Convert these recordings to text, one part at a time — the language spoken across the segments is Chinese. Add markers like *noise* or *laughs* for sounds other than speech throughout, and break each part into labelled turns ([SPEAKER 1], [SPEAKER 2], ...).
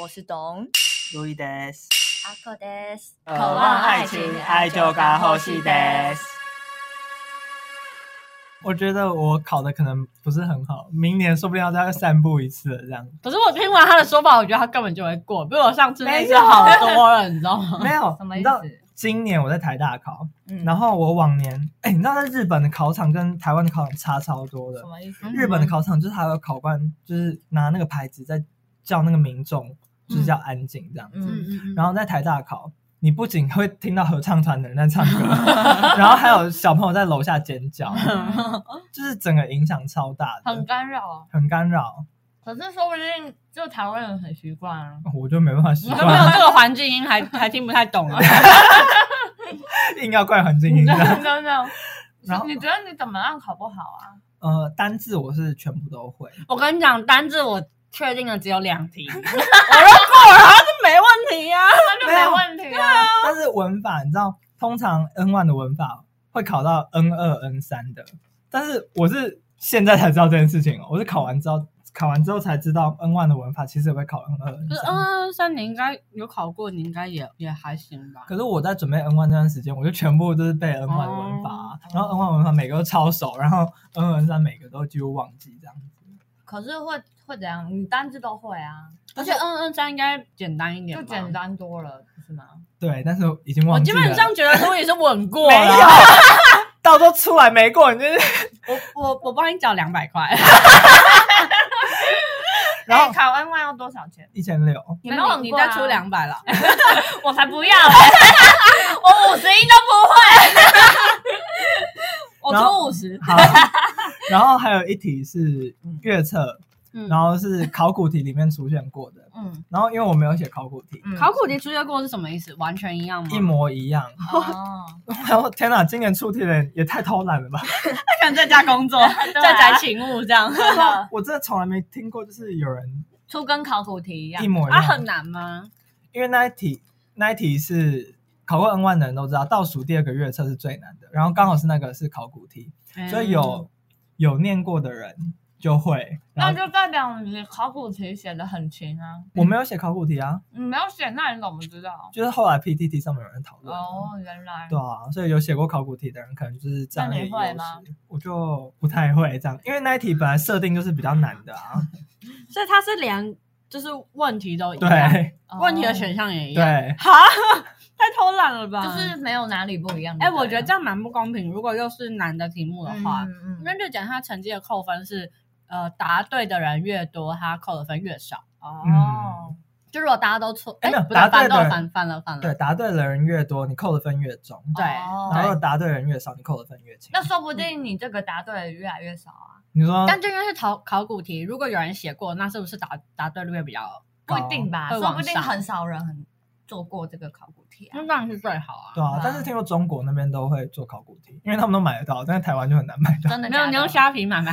[SPEAKER 1] 我是董
[SPEAKER 2] 路易德斯，
[SPEAKER 1] 阿克德斯，
[SPEAKER 2] 渴望爱情，爱就该呼吸德。我觉得我考的可能不是很好，明年说不定要再散步一次了
[SPEAKER 1] *laughs*
[SPEAKER 2] 这样。
[SPEAKER 3] 可是我听完他的说法，我觉得他根本就会过，比我上次那
[SPEAKER 2] 没
[SPEAKER 3] 次
[SPEAKER 2] 有
[SPEAKER 3] 好多了，你知道吗？
[SPEAKER 2] 没有，
[SPEAKER 1] 什么
[SPEAKER 2] 你
[SPEAKER 1] 意
[SPEAKER 2] 知
[SPEAKER 1] 思
[SPEAKER 2] 道？今年我在台大考，
[SPEAKER 1] 嗯
[SPEAKER 2] 然后我往年，哎、你知道在日本的考场跟台湾的考场差超多的
[SPEAKER 1] 什。么嗯意思？
[SPEAKER 2] 日本的考场就是还有考官就是拿那个牌子在叫那个民众，就是叫安静这样。
[SPEAKER 1] 嗯，
[SPEAKER 3] 嗯
[SPEAKER 2] 然后在台大考，你不仅会听到合唱团的人在唱
[SPEAKER 3] *laughs*
[SPEAKER 2] 歌，然后还有小朋友在楼下尖叫，就是整个影响超大的，
[SPEAKER 3] 很干扰啊。
[SPEAKER 2] 很干扰。
[SPEAKER 3] 可是说不定就台湾人很习惯啊，
[SPEAKER 2] 我就没办法习
[SPEAKER 3] 你都 *laughs* 没有
[SPEAKER 2] 惯，
[SPEAKER 3] 这个环境音还还听不太懂啊。
[SPEAKER 2] 硬要怪环
[SPEAKER 4] *laughs*
[SPEAKER 2] 境影响。
[SPEAKER 3] *laughs* 真的，
[SPEAKER 2] 嗯然后
[SPEAKER 3] 你觉得你怎么样考不好啊？
[SPEAKER 2] 呃，单字我是全部都会，
[SPEAKER 3] 我跟你讲，单字我确定的只有两题，我都过了，他就没问题呀、啊。
[SPEAKER 4] 那就没问题啊。
[SPEAKER 2] 但是文法你知道，通常 N one 的文法会考到 N 二 N 三的，但是我是现在才知道这件事情哦，我是考完之后考完之后才知道 N one 的文法其实也会考 N 二 N
[SPEAKER 3] 可是
[SPEAKER 2] 三。
[SPEAKER 3] 嗯，三你应该有考过，你应该也也还行吧。
[SPEAKER 2] 可是我在准备 N one 那段时间，我就全部都是背
[SPEAKER 3] 哦
[SPEAKER 2] N one 的文法啊、然后 N one 文法每个都超熟，然后 N 二 N 三每个都几乎忘记这样子。
[SPEAKER 4] 可是会会怎样？你单字都会啊，
[SPEAKER 3] 而且嗯嗯三应该简单一点，
[SPEAKER 4] 就简。单多了，不是吗？
[SPEAKER 2] 对，但是我已经
[SPEAKER 3] 我
[SPEAKER 2] 忘记
[SPEAKER 3] 基
[SPEAKER 2] 了。
[SPEAKER 3] 本上觉得路易是稳过
[SPEAKER 2] 没有
[SPEAKER 3] 了，，
[SPEAKER 2] *laughs* 到时候出来没过，你就是
[SPEAKER 3] 我我我帮你找两百块，
[SPEAKER 2] *laughs* 然后
[SPEAKER 4] 哎考 N Y 要多少
[SPEAKER 2] *laughs*
[SPEAKER 4] 钱？
[SPEAKER 2] 一千六。
[SPEAKER 4] 你
[SPEAKER 3] 那
[SPEAKER 4] 没有
[SPEAKER 3] 你
[SPEAKER 4] 稳
[SPEAKER 3] 你
[SPEAKER 4] 过啊
[SPEAKER 3] 再出，两百了。
[SPEAKER 4] 我才不要欸！ *laughs* 我五十音都不会，
[SPEAKER 2] *laughs*
[SPEAKER 4] 我
[SPEAKER 2] 然后
[SPEAKER 4] 出五十。
[SPEAKER 2] 好，然后还有一题是月测，
[SPEAKER 3] 嗯
[SPEAKER 2] 然后是考古题里面出现过的。
[SPEAKER 4] 嗯，
[SPEAKER 2] 然后因为我没有写考古题，
[SPEAKER 4] 嗯
[SPEAKER 3] 考古题出现过是什么意思？完全一样吗？
[SPEAKER 2] 一模一样。
[SPEAKER 4] 哦，
[SPEAKER 2] 然后天哪，今年出题的人也太偷懒了
[SPEAKER 3] *laughs*
[SPEAKER 2] 吧！
[SPEAKER 3] 可能在家工 *laughs* 作，
[SPEAKER 4] 对
[SPEAKER 3] 在
[SPEAKER 4] 啊
[SPEAKER 3] 宅勤务这样。
[SPEAKER 4] 真的
[SPEAKER 2] 我真的从来没听过，就是有人
[SPEAKER 4] 出跟考古题一样
[SPEAKER 2] 一。模一
[SPEAKER 3] 啊，很
[SPEAKER 2] 样。
[SPEAKER 3] 难吗？
[SPEAKER 2] 因为那一题，那一题是考过 N 万的人都知道，倒数第二个月测是最难的。然后刚好是那个是考古题，
[SPEAKER 4] 嗯
[SPEAKER 2] 所以有有念过的人就会。然
[SPEAKER 4] 那
[SPEAKER 2] 后
[SPEAKER 4] 就代表你考古题写的很勤啊！
[SPEAKER 2] 我没有写考古题啊，
[SPEAKER 4] 你没有写，那你怎么知道？
[SPEAKER 2] 就是后来 PTT 上面有人讨论。
[SPEAKER 4] 哦，原来
[SPEAKER 2] 对啊，所以有写过考古题的人，可能就是这样
[SPEAKER 4] 那你
[SPEAKER 2] 的优
[SPEAKER 4] 会
[SPEAKER 2] 势
[SPEAKER 4] 吗
[SPEAKER 2] 我就不太会这样，因为那一题本来设定就是比较难的
[SPEAKER 4] *laughs*
[SPEAKER 2] 啊。
[SPEAKER 3] 所以它是连就是问题都一
[SPEAKER 4] 啊
[SPEAKER 3] 样，
[SPEAKER 2] 对
[SPEAKER 4] 哦
[SPEAKER 3] 问题的选项也一样。
[SPEAKER 2] 对，
[SPEAKER 3] 哈，哦太偷懒了吧？
[SPEAKER 4] 就是没有哪里不一样。啊
[SPEAKER 3] 哎、我觉得这样蛮不公平。如果又是难的题目的话，
[SPEAKER 4] 嗯
[SPEAKER 3] 那就讲他成绩的扣分是，呃，答对的人越多，他扣的分越少。
[SPEAKER 4] 哦，
[SPEAKER 3] 就如果大家都错，
[SPEAKER 2] 哎
[SPEAKER 3] 哎、
[SPEAKER 2] 没有
[SPEAKER 3] 不对，
[SPEAKER 2] 答
[SPEAKER 3] 翻
[SPEAKER 2] 对的
[SPEAKER 3] 都
[SPEAKER 2] 人
[SPEAKER 3] 翻翻了翻了。
[SPEAKER 2] 对，答对的人越多，你扣的分越重；
[SPEAKER 3] 对
[SPEAKER 4] 哦
[SPEAKER 2] 然后
[SPEAKER 3] 对
[SPEAKER 2] 答对的人越少，你扣的分越轻。
[SPEAKER 4] 那说不定你这个答对的越来越少啊，
[SPEAKER 2] 你说
[SPEAKER 3] 但这应该是考考古题，如果有人写过，那是不是答答对率会比较？
[SPEAKER 4] 不一定吧？
[SPEAKER 3] 会
[SPEAKER 4] 说
[SPEAKER 3] 往
[SPEAKER 4] 不定
[SPEAKER 3] 上
[SPEAKER 4] 很少人很做过这个考古题啊
[SPEAKER 3] 那。当然是最好啊。
[SPEAKER 2] 对啊
[SPEAKER 4] 吧，
[SPEAKER 2] 但是听说中国那边都会做考古题，因为他们都买得到，但是台湾就很难买到，
[SPEAKER 4] 真的
[SPEAKER 3] 没有，你用
[SPEAKER 4] 想，
[SPEAKER 3] 虾皮买 *laughs* 买。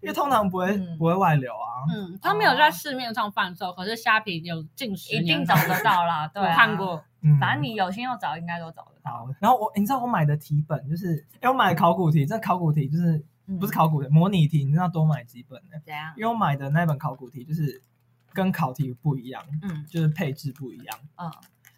[SPEAKER 2] 因为通常不会
[SPEAKER 4] 嗯
[SPEAKER 2] 不会外流啊。
[SPEAKER 3] 嗯，他没有在市面上贩售，可是虾皮有近十
[SPEAKER 4] 一
[SPEAKER 3] 年
[SPEAKER 4] 定找得到 *laughs* 啦。对，啊
[SPEAKER 3] 我看，过。
[SPEAKER 2] 嗯
[SPEAKER 4] 反正你有心要找，应该都找得到。
[SPEAKER 2] 好，然后我你知道我买的题本就是，因为我买考古题，这考古题就是
[SPEAKER 4] 嗯
[SPEAKER 2] 不是考古题，模拟题，你知道多买几本呢？
[SPEAKER 4] 怎样？
[SPEAKER 2] 因为我买的那本考古题就是跟考题不一样，
[SPEAKER 4] 嗯
[SPEAKER 2] 就是配置不一样。
[SPEAKER 4] 嗯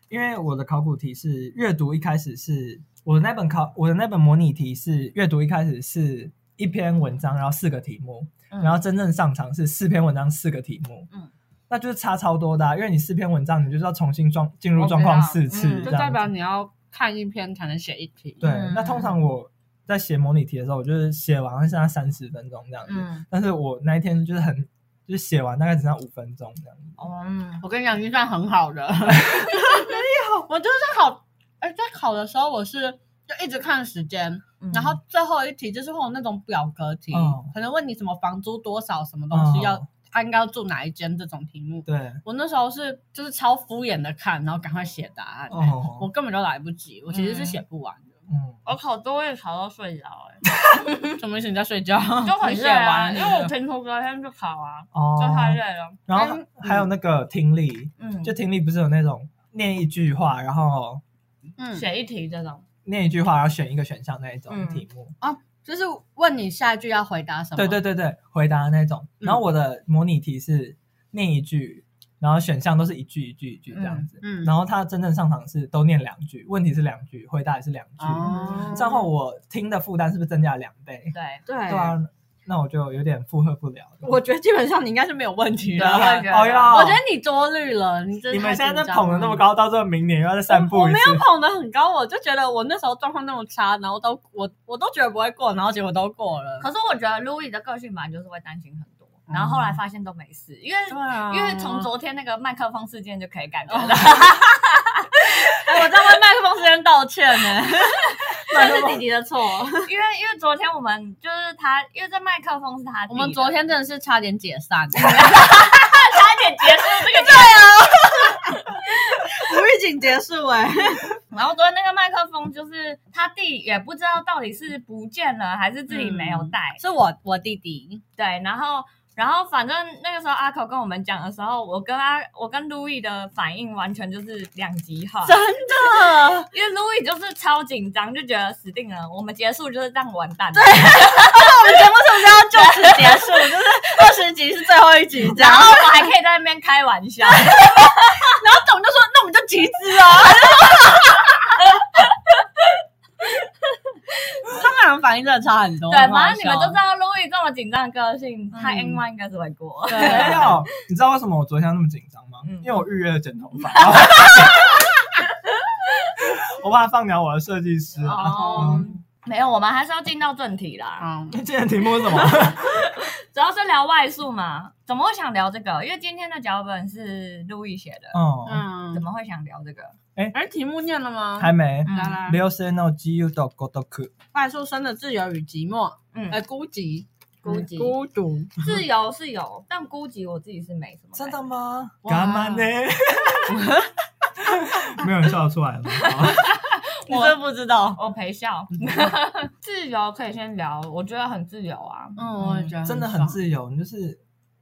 [SPEAKER 2] 因为我的考古题是阅读一开始是我的那本考我的那本模拟题是阅读一开始是一篇文章，然后四个题目，
[SPEAKER 4] 嗯
[SPEAKER 2] 然后真正上场是四篇文章四个题目，
[SPEAKER 4] 嗯
[SPEAKER 2] 嗯，那就是差超多的啊、因为你四篇文章你就是要重新状进入状况四次，
[SPEAKER 3] 就
[SPEAKER 2] 这
[SPEAKER 3] 代
[SPEAKER 2] 样
[SPEAKER 3] 表
[SPEAKER 2] 子
[SPEAKER 3] 你要看一篇才能写一题。
[SPEAKER 2] 对
[SPEAKER 4] 嗯。
[SPEAKER 2] 那通常我在写模拟题的时候，我就是写完剩下三十分钟这样子，
[SPEAKER 4] 嗯，
[SPEAKER 2] 但是我那一天就是很。就是写完大概只剩下五分钟这样子，
[SPEAKER 4] 哦嗯
[SPEAKER 3] 我跟你讲，你算很好 *laughs* 的，没有，我就是在考，哎，在考的时候我是就一直看时间，
[SPEAKER 4] 嗯
[SPEAKER 3] 然后最后一题就是会有那种表格题，
[SPEAKER 2] 嗯
[SPEAKER 3] 可能问你什么房租多少，什么东西
[SPEAKER 2] 嗯
[SPEAKER 3] 要，他应该要住哪一间这种题目。
[SPEAKER 2] 对，
[SPEAKER 3] 我那时候是就是超敷衍的看，然后赶快写答案、
[SPEAKER 2] 哦
[SPEAKER 3] 哎我根本就来不及，我其实是写不完的。
[SPEAKER 2] 嗯，
[SPEAKER 4] 我考多会考到睡着，哎，
[SPEAKER 3] 什么意思？你在睡觉？
[SPEAKER 4] 就很
[SPEAKER 3] 你
[SPEAKER 4] 累
[SPEAKER 3] 写
[SPEAKER 4] 啊，
[SPEAKER 3] 完
[SPEAKER 4] 因
[SPEAKER 3] 了，
[SPEAKER 4] 为我平头隔天就考啊，
[SPEAKER 2] 哦，
[SPEAKER 4] 就哎太累了。
[SPEAKER 2] 然后还有那个听力，
[SPEAKER 4] 嗯，
[SPEAKER 2] 就听力不是有那种念一句话，然后
[SPEAKER 3] 嗯，
[SPEAKER 4] 写一题这种，
[SPEAKER 2] 念一句话，然后选一个选项那一种
[SPEAKER 4] 嗯
[SPEAKER 2] 题目。
[SPEAKER 3] 就是问你下一句要回答什么。
[SPEAKER 2] 对对对对，回答那种。
[SPEAKER 3] 嗯
[SPEAKER 2] 然后我的模拟题是念一句，然后选项都是一句一句一句这样子。
[SPEAKER 3] 嗯，
[SPEAKER 2] 然后他真正上场是都念两句，问题是两句，回答也是两句。
[SPEAKER 3] 哦
[SPEAKER 2] 这样的话，我听的负担是不是增加了两倍？
[SPEAKER 4] 对，
[SPEAKER 3] 对
[SPEAKER 2] 对啊，那我就有点负荷不了。
[SPEAKER 3] 我觉得基本上你应该是没有问题的。
[SPEAKER 4] 对啊我也觉得
[SPEAKER 2] 哎呀，
[SPEAKER 3] 我觉得你多虑了，你真的
[SPEAKER 2] 你们
[SPEAKER 3] 太
[SPEAKER 2] 现在
[SPEAKER 3] 紧
[SPEAKER 2] 在
[SPEAKER 3] 张
[SPEAKER 2] 捧的那么
[SPEAKER 3] 了。
[SPEAKER 2] 高，到最后明年又要再散
[SPEAKER 3] 我
[SPEAKER 2] 步一
[SPEAKER 3] 没
[SPEAKER 2] 次。
[SPEAKER 3] 有捧的很高，我就觉得我那时候状况那么差，然后都我我都觉得不会过，然后结果都过了。
[SPEAKER 4] 可是我觉得 Louis 的个性本来就是会担心很多，然后后来发现都没事，因为。
[SPEAKER 3] 对啊，
[SPEAKER 4] 因为从昨天那个麦克风事件就可以感觉到，
[SPEAKER 3] 哎 *laughs* 我在为麦克风时间道歉 *laughs* 呢，
[SPEAKER 4] 麦
[SPEAKER 3] 这
[SPEAKER 4] 克
[SPEAKER 3] 是
[SPEAKER 4] 风
[SPEAKER 3] 弟弟的错。
[SPEAKER 4] 因为因为昨天我们就是他，因为这麦克风是他递的，
[SPEAKER 3] 我们昨天真的是差点解 *laughs* 散，
[SPEAKER 4] 差点结束这个
[SPEAKER 3] 无预警结束哎、
[SPEAKER 4] *laughs* 然后昨天那个麦克风就是他弟也不知道到底是不见了还是自己没有带，
[SPEAKER 3] 是我我弟弟，
[SPEAKER 4] 对，然后然后反正那个时候阿口跟我们讲的时候，我跟他我跟 Louis 的反应完全就是两极化，
[SPEAKER 3] 真的，
[SPEAKER 4] 因为 Louis 就是超紧张，就觉得死定了，我们结束就是这样完蛋了。
[SPEAKER 3] 啊我们节目是不是要就此结束？就是二十集是最后一集这样
[SPEAKER 4] 然，后我还可以在那边开玩笑，
[SPEAKER 3] 然后董就说那我们就集资啊。 *laughs* 他们俩反应真的差很多，
[SPEAKER 4] 对，
[SPEAKER 3] 很好
[SPEAKER 4] 反正你们
[SPEAKER 3] 笑
[SPEAKER 4] 都知道 Louis 这么紧张的个性，他
[SPEAKER 3] 嗯
[SPEAKER 4] N one 应该是会过。
[SPEAKER 2] 没
[SPEAKER 3] 对，
[SPEAKER 2] 有，你知道为什么我昨天那么紧张吗？
[SPEAKER 4] 嗯
[SPEAKER 2] 因为我预约了剪头
[SPEAKER 3] *laughs*
[SPEAKER 2] 发，我怕放鸟我的设计
[SPEAKER 3] 嗯
[SPEAKER 2] 师啊。
[SPEAKER 4] 哦，没有，我们还是要进到正题啦，
[SPEAKER 3] 嗯，
[SPEAKER 2] 今天的题目是什么？
[SPEAKER 4] 主要是聊外宿嘛。怎么会想聊这个？因为今天的脚本是 Louis 写的，
[SPEAKER 2] 嗯，
[SPEAKER 3] 嗯，
[SPEAKER 4] 怎么会想聊这个？
[SPEAKER 3] 哎，题目念了吗？
[SPEAKER 2] 还没。
[SPEAKER 4] 嗯
[SPEAKER 3] 来啦，
[SPEAKER 2] 六 C no G U 到 Go 到 K，
[SPEAKER 3] 外宿生的自由与寂寞，
[SPEAKER 4] 嗯
[SPEAKER 3] 呃，孤寂，
[SPEAKER 4] 孤寂
[SPEAKER 3] 孤独，
[SPEAKER 4] 自由是有，但孤寂我自己是没什么。
[SPEAKER 2] 真的？吗？
[SPEAKER 3] 哇
[SPEAKER 2] 干嘛 *laughs* 呢？没有人笑得出来了。
[SPEAKER 3] 你真不知道？
[SPEAKER 4] 我哦陪笑。 *laughs* 自由可以先聊，我觉得很自由啊。
[SPEAKER 3] 嗯，我也觉
[SPEAKER 2] *laughs*
[SPEAKER 3] 得
[SPEAKER 2] 真的很
[SPEAKER 3] 爽
[SPEAKER 2] 自由，你就是，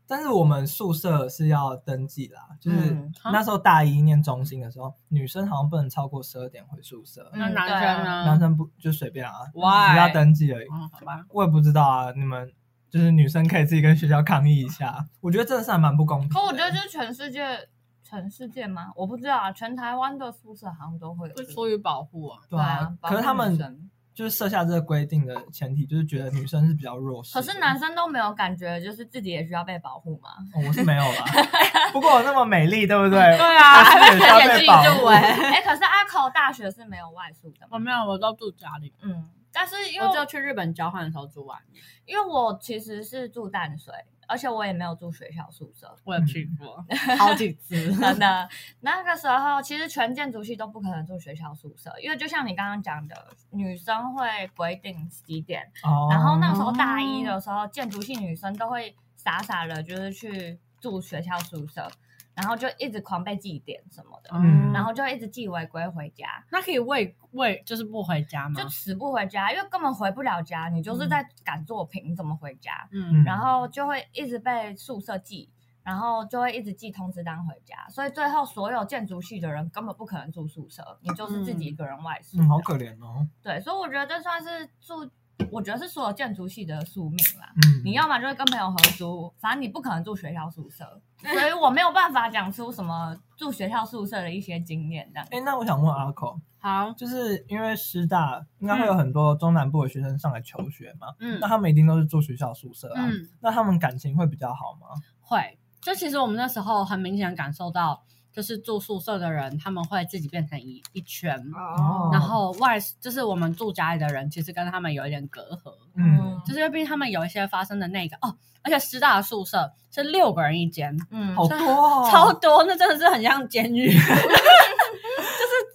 [SPEAKER 2] 但是我们宿舍是要登记啦，就是
[SPEAKER 4] 嗯
[SPEAKER 2] 那时候大一念中心的时候，女生好像不能超过十二点回宿舍，
[SPEAKER 4] 嗯
[SPEAKER 3] 那男
[SPEAKER 4] 对
[SPEAKER 3] 生
[SPEAKER 4] 啊
[SPEAKER 3] 呢？
[SPEAKER 2] 男生不就随便啊，
[SPEAKER 3] Why？
[SPEAKER 2] 只要登记而已。
[SPEAKER 3] 哦，好吧，
[SPEAKER 2] 我也不知道啊，你们就是女生可以自己跟学校抗议一下，我觉得真的是还蛮不公平的。
[SPEAKER 4] 可我觉得这是全世界，全世界吗？我不知道啊，全台湾的宿舍好像都会有这
[SPEAKER 3] 会
[SPEAKER 4] 个。
[SPEAKER 3] 出于保护啊。
[SPEAKER 2] 对啊，
[SPEAKER 4] 保
[SPEAKER 2] 可是
[SPEAKER 4] 护
[SPEAKER 2] 他
[SPEAKER 4] 女
[SPEAKER 2] 们
[SPEAKER 4] 生
[SPEAKER 2] 就是设下这个规定的前提，就是觉得女生是比较弱势
[SPEAKER 4] 可
[SPEAKER 2] 的。哦
[SPEAKER 4] 是男生都没有感觉，就是自己也需要被
[SPEAKER 2] *laughs*
[SPEAKER 4] 保护嘛。
[SPEAKER 2] 哦、我是没有
[SPEAKER 4] *laughs*
[SPEAKER 2] 啦，
[SPEAKER 4] 啊
[SPEAKER 2] 不过我那么美丽，对不对？
[SPEAKER 3] 对啊，
[SPEAKER 2] 还是有消费保护
[SPEAKER 3] 哎。
[SPEAKER 4] 哎、可是阿口大学是没有外宿的嘛
[SPEAKER 3] 我哦没有，我都住家里。
[SPEAKER 4] 嗯，但是因为
[SPEAKER 3] 我只有去日本交换的时候住外面，
[SPEAKER 4] 因为我其实是住淡水，而且我也没有住学校宿舍，
[SPEAKER 3] 我有
[SPEAKER 2] 嗯
[SPEAKER 3] 去过 *laughs* 好几次。
[SPEAKER 2] *laughs*
[SPEAKER 4] 真的。那个时候其实全建筑系都不可能住学校宿舍，因为就像你刚刚讲的，女生会规定几点，
[SPEAKER 2] 哦
[SPEAKER 4] 然后那时候大一的时候，建筑系女生都会傻傻的，就是去住学校宿舍，然后就一直狂被记点什么的。
[SPEAKER 2] 嗯
[SPEAKER 4] 然后就一直记违规回家，
[SPEAKER 3] 那可以未未就是不回家
[SPEAKER 2] 嗯
[SPEAKER 3] 吗嗯
[SPEAKER 4] 就？死不回家，因为根本回不了家，你就是在赶作品，你怎么回家？
[SPEAKER 3] 嗯，
[SPEAKER 4] 然后就会一直被宿舍寄，然后就会一直寄通知单回家，所以最后所有建筑系的人根本不可能住宿舍，你就是自己一个人外宿。
[SPEAKER 2] 嗯，好可怜哦。
[SPEAKER 4] 对，所以我觉得这算是住，我觉得是所有建筑系的宿命啦。
[SPEAKER 2] 嗯，
[SPEAKER 4] 你要么就是跟朋友合租，反正你不可能住学校宿舍，所以我没有办法讲出什么住学校宿舍的一些经验这样。
[SPEAKER 2] 哎，那我想问阿口，
[SPEAKER 3] 好，
[SPEAKER 2] 就是因为师大应该会
[SPEAKER 4] 嗯
[SPEAKER 2] 有很多中南部的学生上来求学嘛，
[SPEAKER 3] 嗯
[SPEAKER 2] 那他们一定都是住学校宿舍啊，
[SPEAKER 3] 嗯，
[SPEAKER 2] 那他们感情会比较好吗？
[SPEAKER 3] 会。就其实我们那时候很明显感受到，就是住宿舍的人他们会自己变成一一圈，
[SPEAKER 2] 哦
[SPEAKER 3] 然后外就是我们住家里的人其实跟他们有一点隔阂。
[SPEAKER 2] 嗯，
[SPEAKER 3] 就是因为毕竟他们有一些发生的那个哦，而且师大的宿舍是六个人一间，
[SPEAKER 4] 嗯
[SPEAKER 2] 好多哦，
[SPEAKER 3] 超多，那真的是很像监狱，就是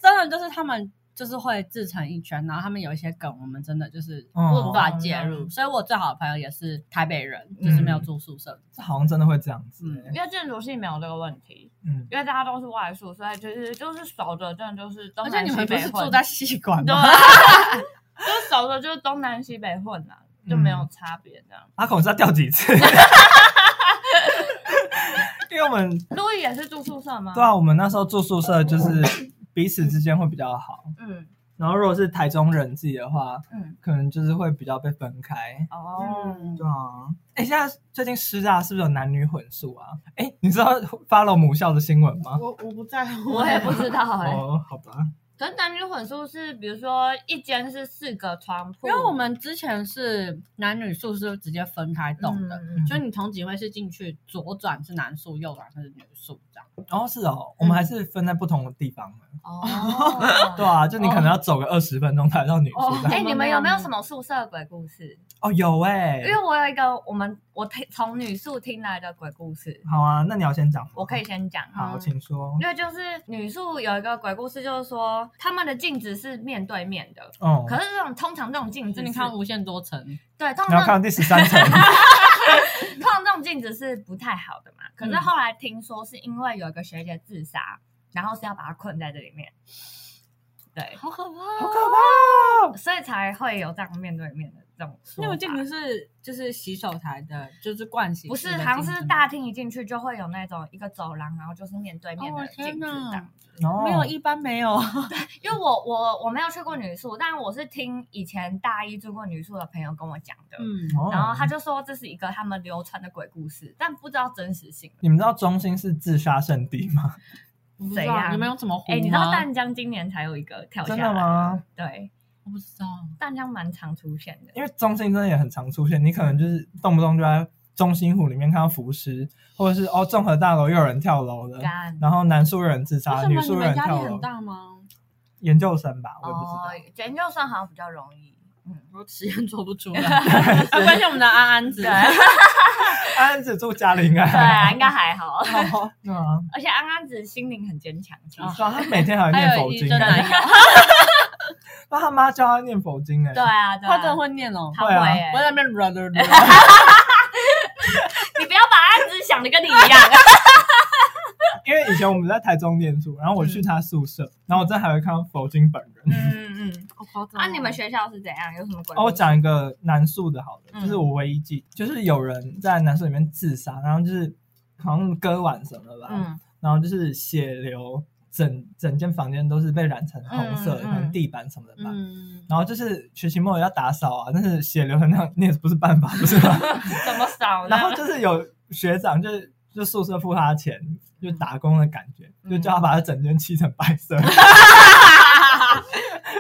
[SPEAKER 3] 真的就是他们就是会自成一圈，然后他们有一些梗，我们真的就是无法介入，
[SPEAKER 4] 嗯
[SPEAKER 3] 所以我最好的朋友也是台北人，就是没有住宿舍，
[SPEAKER 2] 这好像真的会这样子欸，
[SPEAKER 4] 因为建筑系没有这个问题，
[SPEAKER 2] 嗯，
[SPEAKER 4] 因为大家都是外宿，所以其实就是熟的，真的就是东
[SPEAKER 3] 而且
[SPEAKER 4] 南
[SPEAKER 3] 你
[SPEAKER 4] 西
[SPEAKER 3] 们不
[SPEAKER 4] 北
[SPEAKER 3] 是
[SPEAKER 4] 混
[SPEAKER 3] 住。在戏馆
[SPEAKER 4] 对
[SPEAKER 3] 吗？
[SPEAKER 4] 啊，
[SPEAKER 3] *laughs*
[SPEAKER 4] 就是熟的，就是东南西北混啦、就没
[SPEAKER 3] 嗯
[SPEAKER 4] 有差别这样。
[SPEAKER 2] 阿口是要掉几
[SPEAKER 4] *laughs*
[SPEAKER 2] 次？因为我们
[SPEAKER 4] 路
[SPEAKER 2] 啊
[SPEAKER 4] 易也是住宿舍
[SPEAKER 2] *coughs*
[SPEAKER 4] 吗？
[SPEAKER 2] 对啊，我们那时候住宿舍就是彼此之间会比较好，
[SPEAKER 4] 嗯，
[SPEAKER 2] 然后如果是台中人自己的话，
[SPEAKER 4] 嗯，
[SPEAKER 2] 可能就是会比较被分开。
[SPEAKER 3] 嗯
[SPEAKER 4] 哦，
[SPEAKER 2] 对啊，哎，现在最近师大是不是有男女混宿啊？哎，你知道 follow 母校的新闻吗？
[SPEAKER 5] 我我不在乎，
[SPEAKER 4] 我也不知道哎、
[SPEAKER 2] 哦，好吧，
[SPEAKER 4] 可是男女混宿是，比如说一间是四个床
[SPEAKER 3] *laughs*
[SPEAKER 4] 铺，
[SPEAKER 3] 因为我们之前是男女宿是直接分开栋的，
[SPEAKER 4] 嗯嗯
[SPEAKER 3] 就你从几位是进去，左转是男宿，右转是女宿这样。
[SPEAKER 2] 哦是哦，我们还是分在不同的地方
[SPEAKER 4] 嗯
[SPEAKER 2] 的。 *laughs*
[SPEAKER 4] 哦，
[SPEAKER 2] 对啊，就你可能要走个二十分钟才到女宿
[SPEAKER 4] 哦。
[SPEAKER 2] 这样。
[SPEAKER 4] 哎、你们有没有什么宿舍鬼故事？
[SPEAKER 2] 哦，有哎
[SPEAKER 4] 因，为我有一个我们我听从女宿听来的鬼故事，
[SPEAKER 2] 好啊，那你要先讲吗，
[SPEAKER 4] 我可以嗯先讲哈。
[SPEAKER 2] 好，请说。
[SPEAKER 4] 因为就是女宿有一个鬼故事，就是说他们的镜子是面对面的，
[SPEAKER 2] 哦，
[SPEAKER 4] 可是这种通常这种镜子，
[SPEAKER 3] 就是你看无限多层，
[SPEAKER 4] 对，通
[SPEAKER 2] 你要
[SPEAKER 4] 常
[SPEAKER 2] 看第十三
[SPEAKER 4] *laughs*
[SPEAKER 2] 层。
[SPEAKER 4] 通常这种镜子是不太好的嘛。可是
[SPEAKER 3] 嗯
[SPEAKER 4] 后来听说是因为有一个学姐自杀，然后是要把她困在这里面，对，
[SPEAKER 3] 好可怕、
[SPEAKER 2] 好可怕哦！
[SPEAKER 4] 所以才会有这样面对面的这种说
[SPEAKER 3] 那
[SPEAKER 4] 法
[SPEAKER 3] 个镜子是就是洗手台的，就是盥洗
[SPEAKER 4] 不
[SPEAKER 3] 室
[SPEAKER 4] 是，
[SPEAKER 3] 的
[SPEAKER 4] 好像
[SPEAKER 3] 镜
[SPEAKER 4] 是
[SPEAKER 3] 子
[SPEAKER 4] 大厅一进去就会有那种一个走廊，然后就是面对面
[SPEAKER 3] 哦我
[SPEAKER 4] 的
[SPEAKER 3] 的
[SPEAKER 4] 镜
[SPEAKER 3] 天
[SPEAKER 4] 子
[SPEAKER 3] 哪
[SPEAKER 4] 这样子。
[SPEAKER 2] 哦
[SPEAKER 3] 没有，一般没有。
[SPEAKER 4] 因为我我我没有去过女宿，但我是听以前大一住过女宿的朋友跟我讲的，
[SPEAKER 3] 嗯，
[SPEAKER 2] 哦
[SPEAKER 4] 然后他就说这是一个他们流传的鬼故事，但不知道真实性。
[SPEAKER 2] 你们知道中心是自杀圣地吗？
[SPEAKER 3] 我不知
[SPEAKER 4] 怎
[SPEAKER 3] 道
[SPEAKER 4] 样
[SPEAKER 3] 你们有什么湖
[SPEAKER 4] 哎、你知道
[SPEAKER 3] 吗？
[SPEAKER 4] 淡江今年才有一个跳下
[SPEAKER 2] 真
[SPEAKER 4] 来？
[SPEAKER 2] 的？吗？
[SPEAKER 4] 对，
[SPEAKER 3] 我不知道。
[SPEAKER 4] 淡江蛮常出现的。
[SPEAKER 2] 因为中心真的也很常出现，你可能就是动不动就在中心湖里面看到浮尸，或者是哦综合大楼又有人跳楼
[SPEAKER 3] 嗯
[SPEAKER 2] 了，
[SPEAKER 4] 干
[SPEAKER 2] 然后男宿有人自
[SPEAKER 3] 为
[SPEAKER 2] 杀，
[SPEAKER 3] 什
[SPEAKER 2] 女
[SPEAKER 3] 么你
[SPEAKER 2] 宿有人
[SPEAKER 3] 们压
[SPEAKER 2] 跳
[SPEAKER 3] 力
[SPEAKER 2] 楼
[SPEAKER 3] 很，大吗？
[SPEAKER 2] 研究生吧，我也不知道。
[SPEAKER 4] 哦，研究生好像比较容易。嗯，
[SPEAKER 3] 我实验做不出 *laughs* 来， *laughs* 没关系，我们的安安子
[SPEAKER 4] 对对
[SPEAKER 2] 安安只住家里应该
[SPEAKER 3] *laughs*
[SPEAKER 4] 啊，应该还
[SPEAKER 3] 哦
[SPEAKER 4] 好。
[SPEAKER 2] 好，对啊，
[SPEAKER 4] 而且安安子心灵很坚强，其实、
[SPEAKER 3] 哦
[SPEAKER 2] 对啊他每天还会念
[SPEAKER 3] 还有
[SPEAKER 2] 佛
[SPEAKER 3] 一
[SPEAKER 2] 经
[SPEAKER 3] 真男
[SPEAKER 2] 欸，
[SPEAKER 3] 友，
[SPEAKER 2] 那他妈教他念佛经哎，
[SPEAKER 4] 对啊，对啊，
[SPEAKER 3] 他真的会念哦。
[SPEAKER 4] 他会、
[SPEAKER 2] 会啊
[SPEAKER 4] 欸
[SPEAKER 3] 我在那边软软软，
[SPEAKER 4] 你不要把安子想的跟你一样。
[SPEAKER 2] 因为以前我们在台中念书，然后我去他宿舍，然后我真的还会看到佛经本人。
[SPEAKER 4] 嗯嗯嗯。
[SPEAKER 3] *laughs* 好夸张哦
[SPEAKER 4] 啊，你们学校是怎样？有什么鬼故事？
[SPEAKER 2] 哦，我讲一个男宿的好了，
[SPEAKER 4] 嗯
[SPEAKER 2] 就是我唯一记，就是有人在男宿里面自杀，然后就是好像割腕什么的吧，
[SPEAKER 4] 嗯
[SPEAKER 2] 然后就是血流，整整间房间都是被染成红色的，
[SPEAKER 4] 嗯嗯
[SPEAKER 2] 可能地板什么的吧。
[SPEAKER 3] 嗯，
[SPEAKER 2] 然后就是学期末要打扫啊，但是血流的那那也不是办法，不是吗？
[SPEAKER 3] *laughs*
[SPEAKER 4] 怎么少呢？
[SPEAKER 2] 然后就是有学长就是就宿舍付他钱，就打工的感觉，
[SPEAKER 4] 嗯
[SPEAKER 2] 就叫他把他整间漆成白色，
[SPEAKER 3] *laughs*
[SPEAKER 4] 可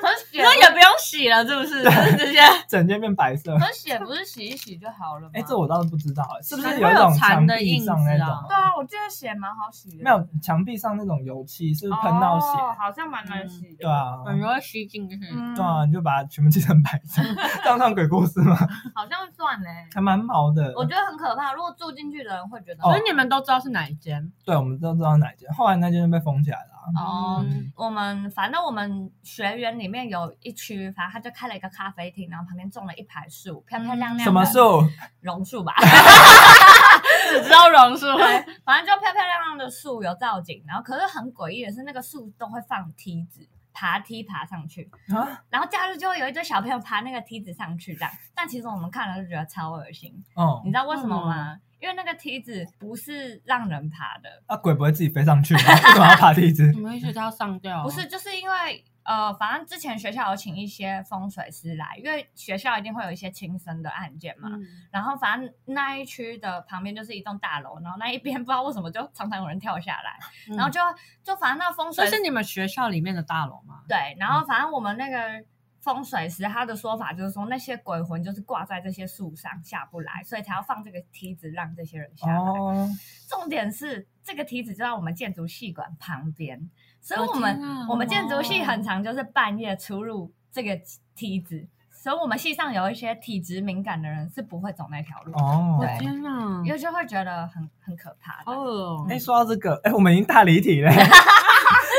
[SPEAKER 4] 是血
[SPEAKER 3] 那也不用洗了，是不是？就是直接
[SPEAKER 2] 整间变白色。
[SPEAKER 4] 可是血不是洗一洗就好了吗？
[SPEAKER 2] 哎，这我倒是不知道，是不
[SPEAKER 3] 可
[SPEAKER 2] 是
[SPEAKER 3] 能会
[SPEAKER 2] 一
[SPEAKER 3] 有
[SPEAKER 2] 种
[SPEAKER 3] 残
[SPEAKER 2] 墙
[SPEAKER 3] 的
[SPEAKER 2] 壁
[SPEAKER 3] 印
[SPEAKER 2] 上
[SPEAKER 3] 子
[SPEAKER 2] 那
[SPEAKER 3] 啊
[SPEAKER 2] 种？
[SPEAKER 4] 对啊，我记得血蛮好洗的，
[SPEAKER 2] 没有墙壁上那种油漆是不是喷到血，
[SPEAKER 4] 哦嗯好像蛮难洗的。
[SPEAKER 2] 对，啊，
[SPEAKER 3] 很容易吸进去。
[SPEAKER 4] 嗯
[SPEAKER 2] 对啊，你就把它全部 *laughs* 漆成白色，当上鬼故事嘛，
[SPEAKER 4] 好像算嘞。
[SPEAKER 2] *laughs* 还蛮毛的。
[SPEAKER 4] 我觉得很可怕，如果住进去的人会觉得
[SPEAKER 2] 哦
[SPEAKER 3] 所以你们都知道是哪一间？
[SPEAKER 2] 对，我们都知道哪一间，后来那间就被封起来了啊、
[SPEAKER 4] 哦
[SPEAKER 2] 嗯
[SPEAKER 4] 我们反正我们学员里面有一区，反正他就开了一个咖啡厅，然后旁边种了一排树，漂漂亮亮的
[SPEAKER 2] 什么树？
[SPEAKER 4] 榕树吧，
[SPEAKER 3] 只知道榕树会
[SPEAKER 4] 反正就漂漂亮亮的树有造景。然后可是很诡异的是，那个树都会放梯子，爬梯爬上去。
[SPEAKER 2] 啊？
[SPEAKER 4] 然后假日就会有一堆小朋友爬那个梯子上去这样，但其实我们看了就觉得超恶心，
[SPEAKER 2] 哦
[SPEAKER 4] 你，知道为什么吗？
[SPEAKER 3] 嗯
[SPEAKER 4] 因为那个梯子不是让人爬的，
[SPEAKER 2] 那、啊鬼不会自己飞上去吗？ *laughs* 为什么要爬梯子
[SPEAKER 3] 你？们一直都要上吊？啊
[SPEAKER 4] 不是，就是因为呃，反正之前学校有请一些风水师来，因为学校一定会有一些轻生的案件嘛。
[SPEAKER 3] 嗯，
[SPEAKER 4] 然后反正那一区的旁边就是一栋大楼，然后那一边不 *laughs* 知道为什么就常常有人跳下来，然后就就反正那风
[SPEAKER 3] 所以
[SPEAKER 4] 水师
[SPEAKER 3] 嗯是你们学校里面的大楼吗？
[SPEAKER 4] 对，然后反正我们那个风水师他的说法就是说，那些鬼魂就是挂在这些树上下不来，所以才要放这个梯子让这些人下来。
[SPEAKER 2] 哦，
[SPEAKER 4] 重点是这个梯子就在我们建筑系馆旁边，所以
[SPEAKER 3] 哦
[SPEAKER 4] 我们、
[SPEAKER 3] 天啊
[SPEAKER 4] 我们建筑系很常就是半夜出入这个梯子，所以我们系上有一些体质敏感的人是不会走那条路，
[SPEAKER 2] 哦，
[SPEAKER 4] 对
[SPEAKER 3] 天哪
[SPEAKER 4] 因，为就会觉得很很可怕的。
[SPEAKER 3] 好恶哦
[SPEAKER 2] 哎、！说到这个，哎、我们已经大离题嘞。 *laughs*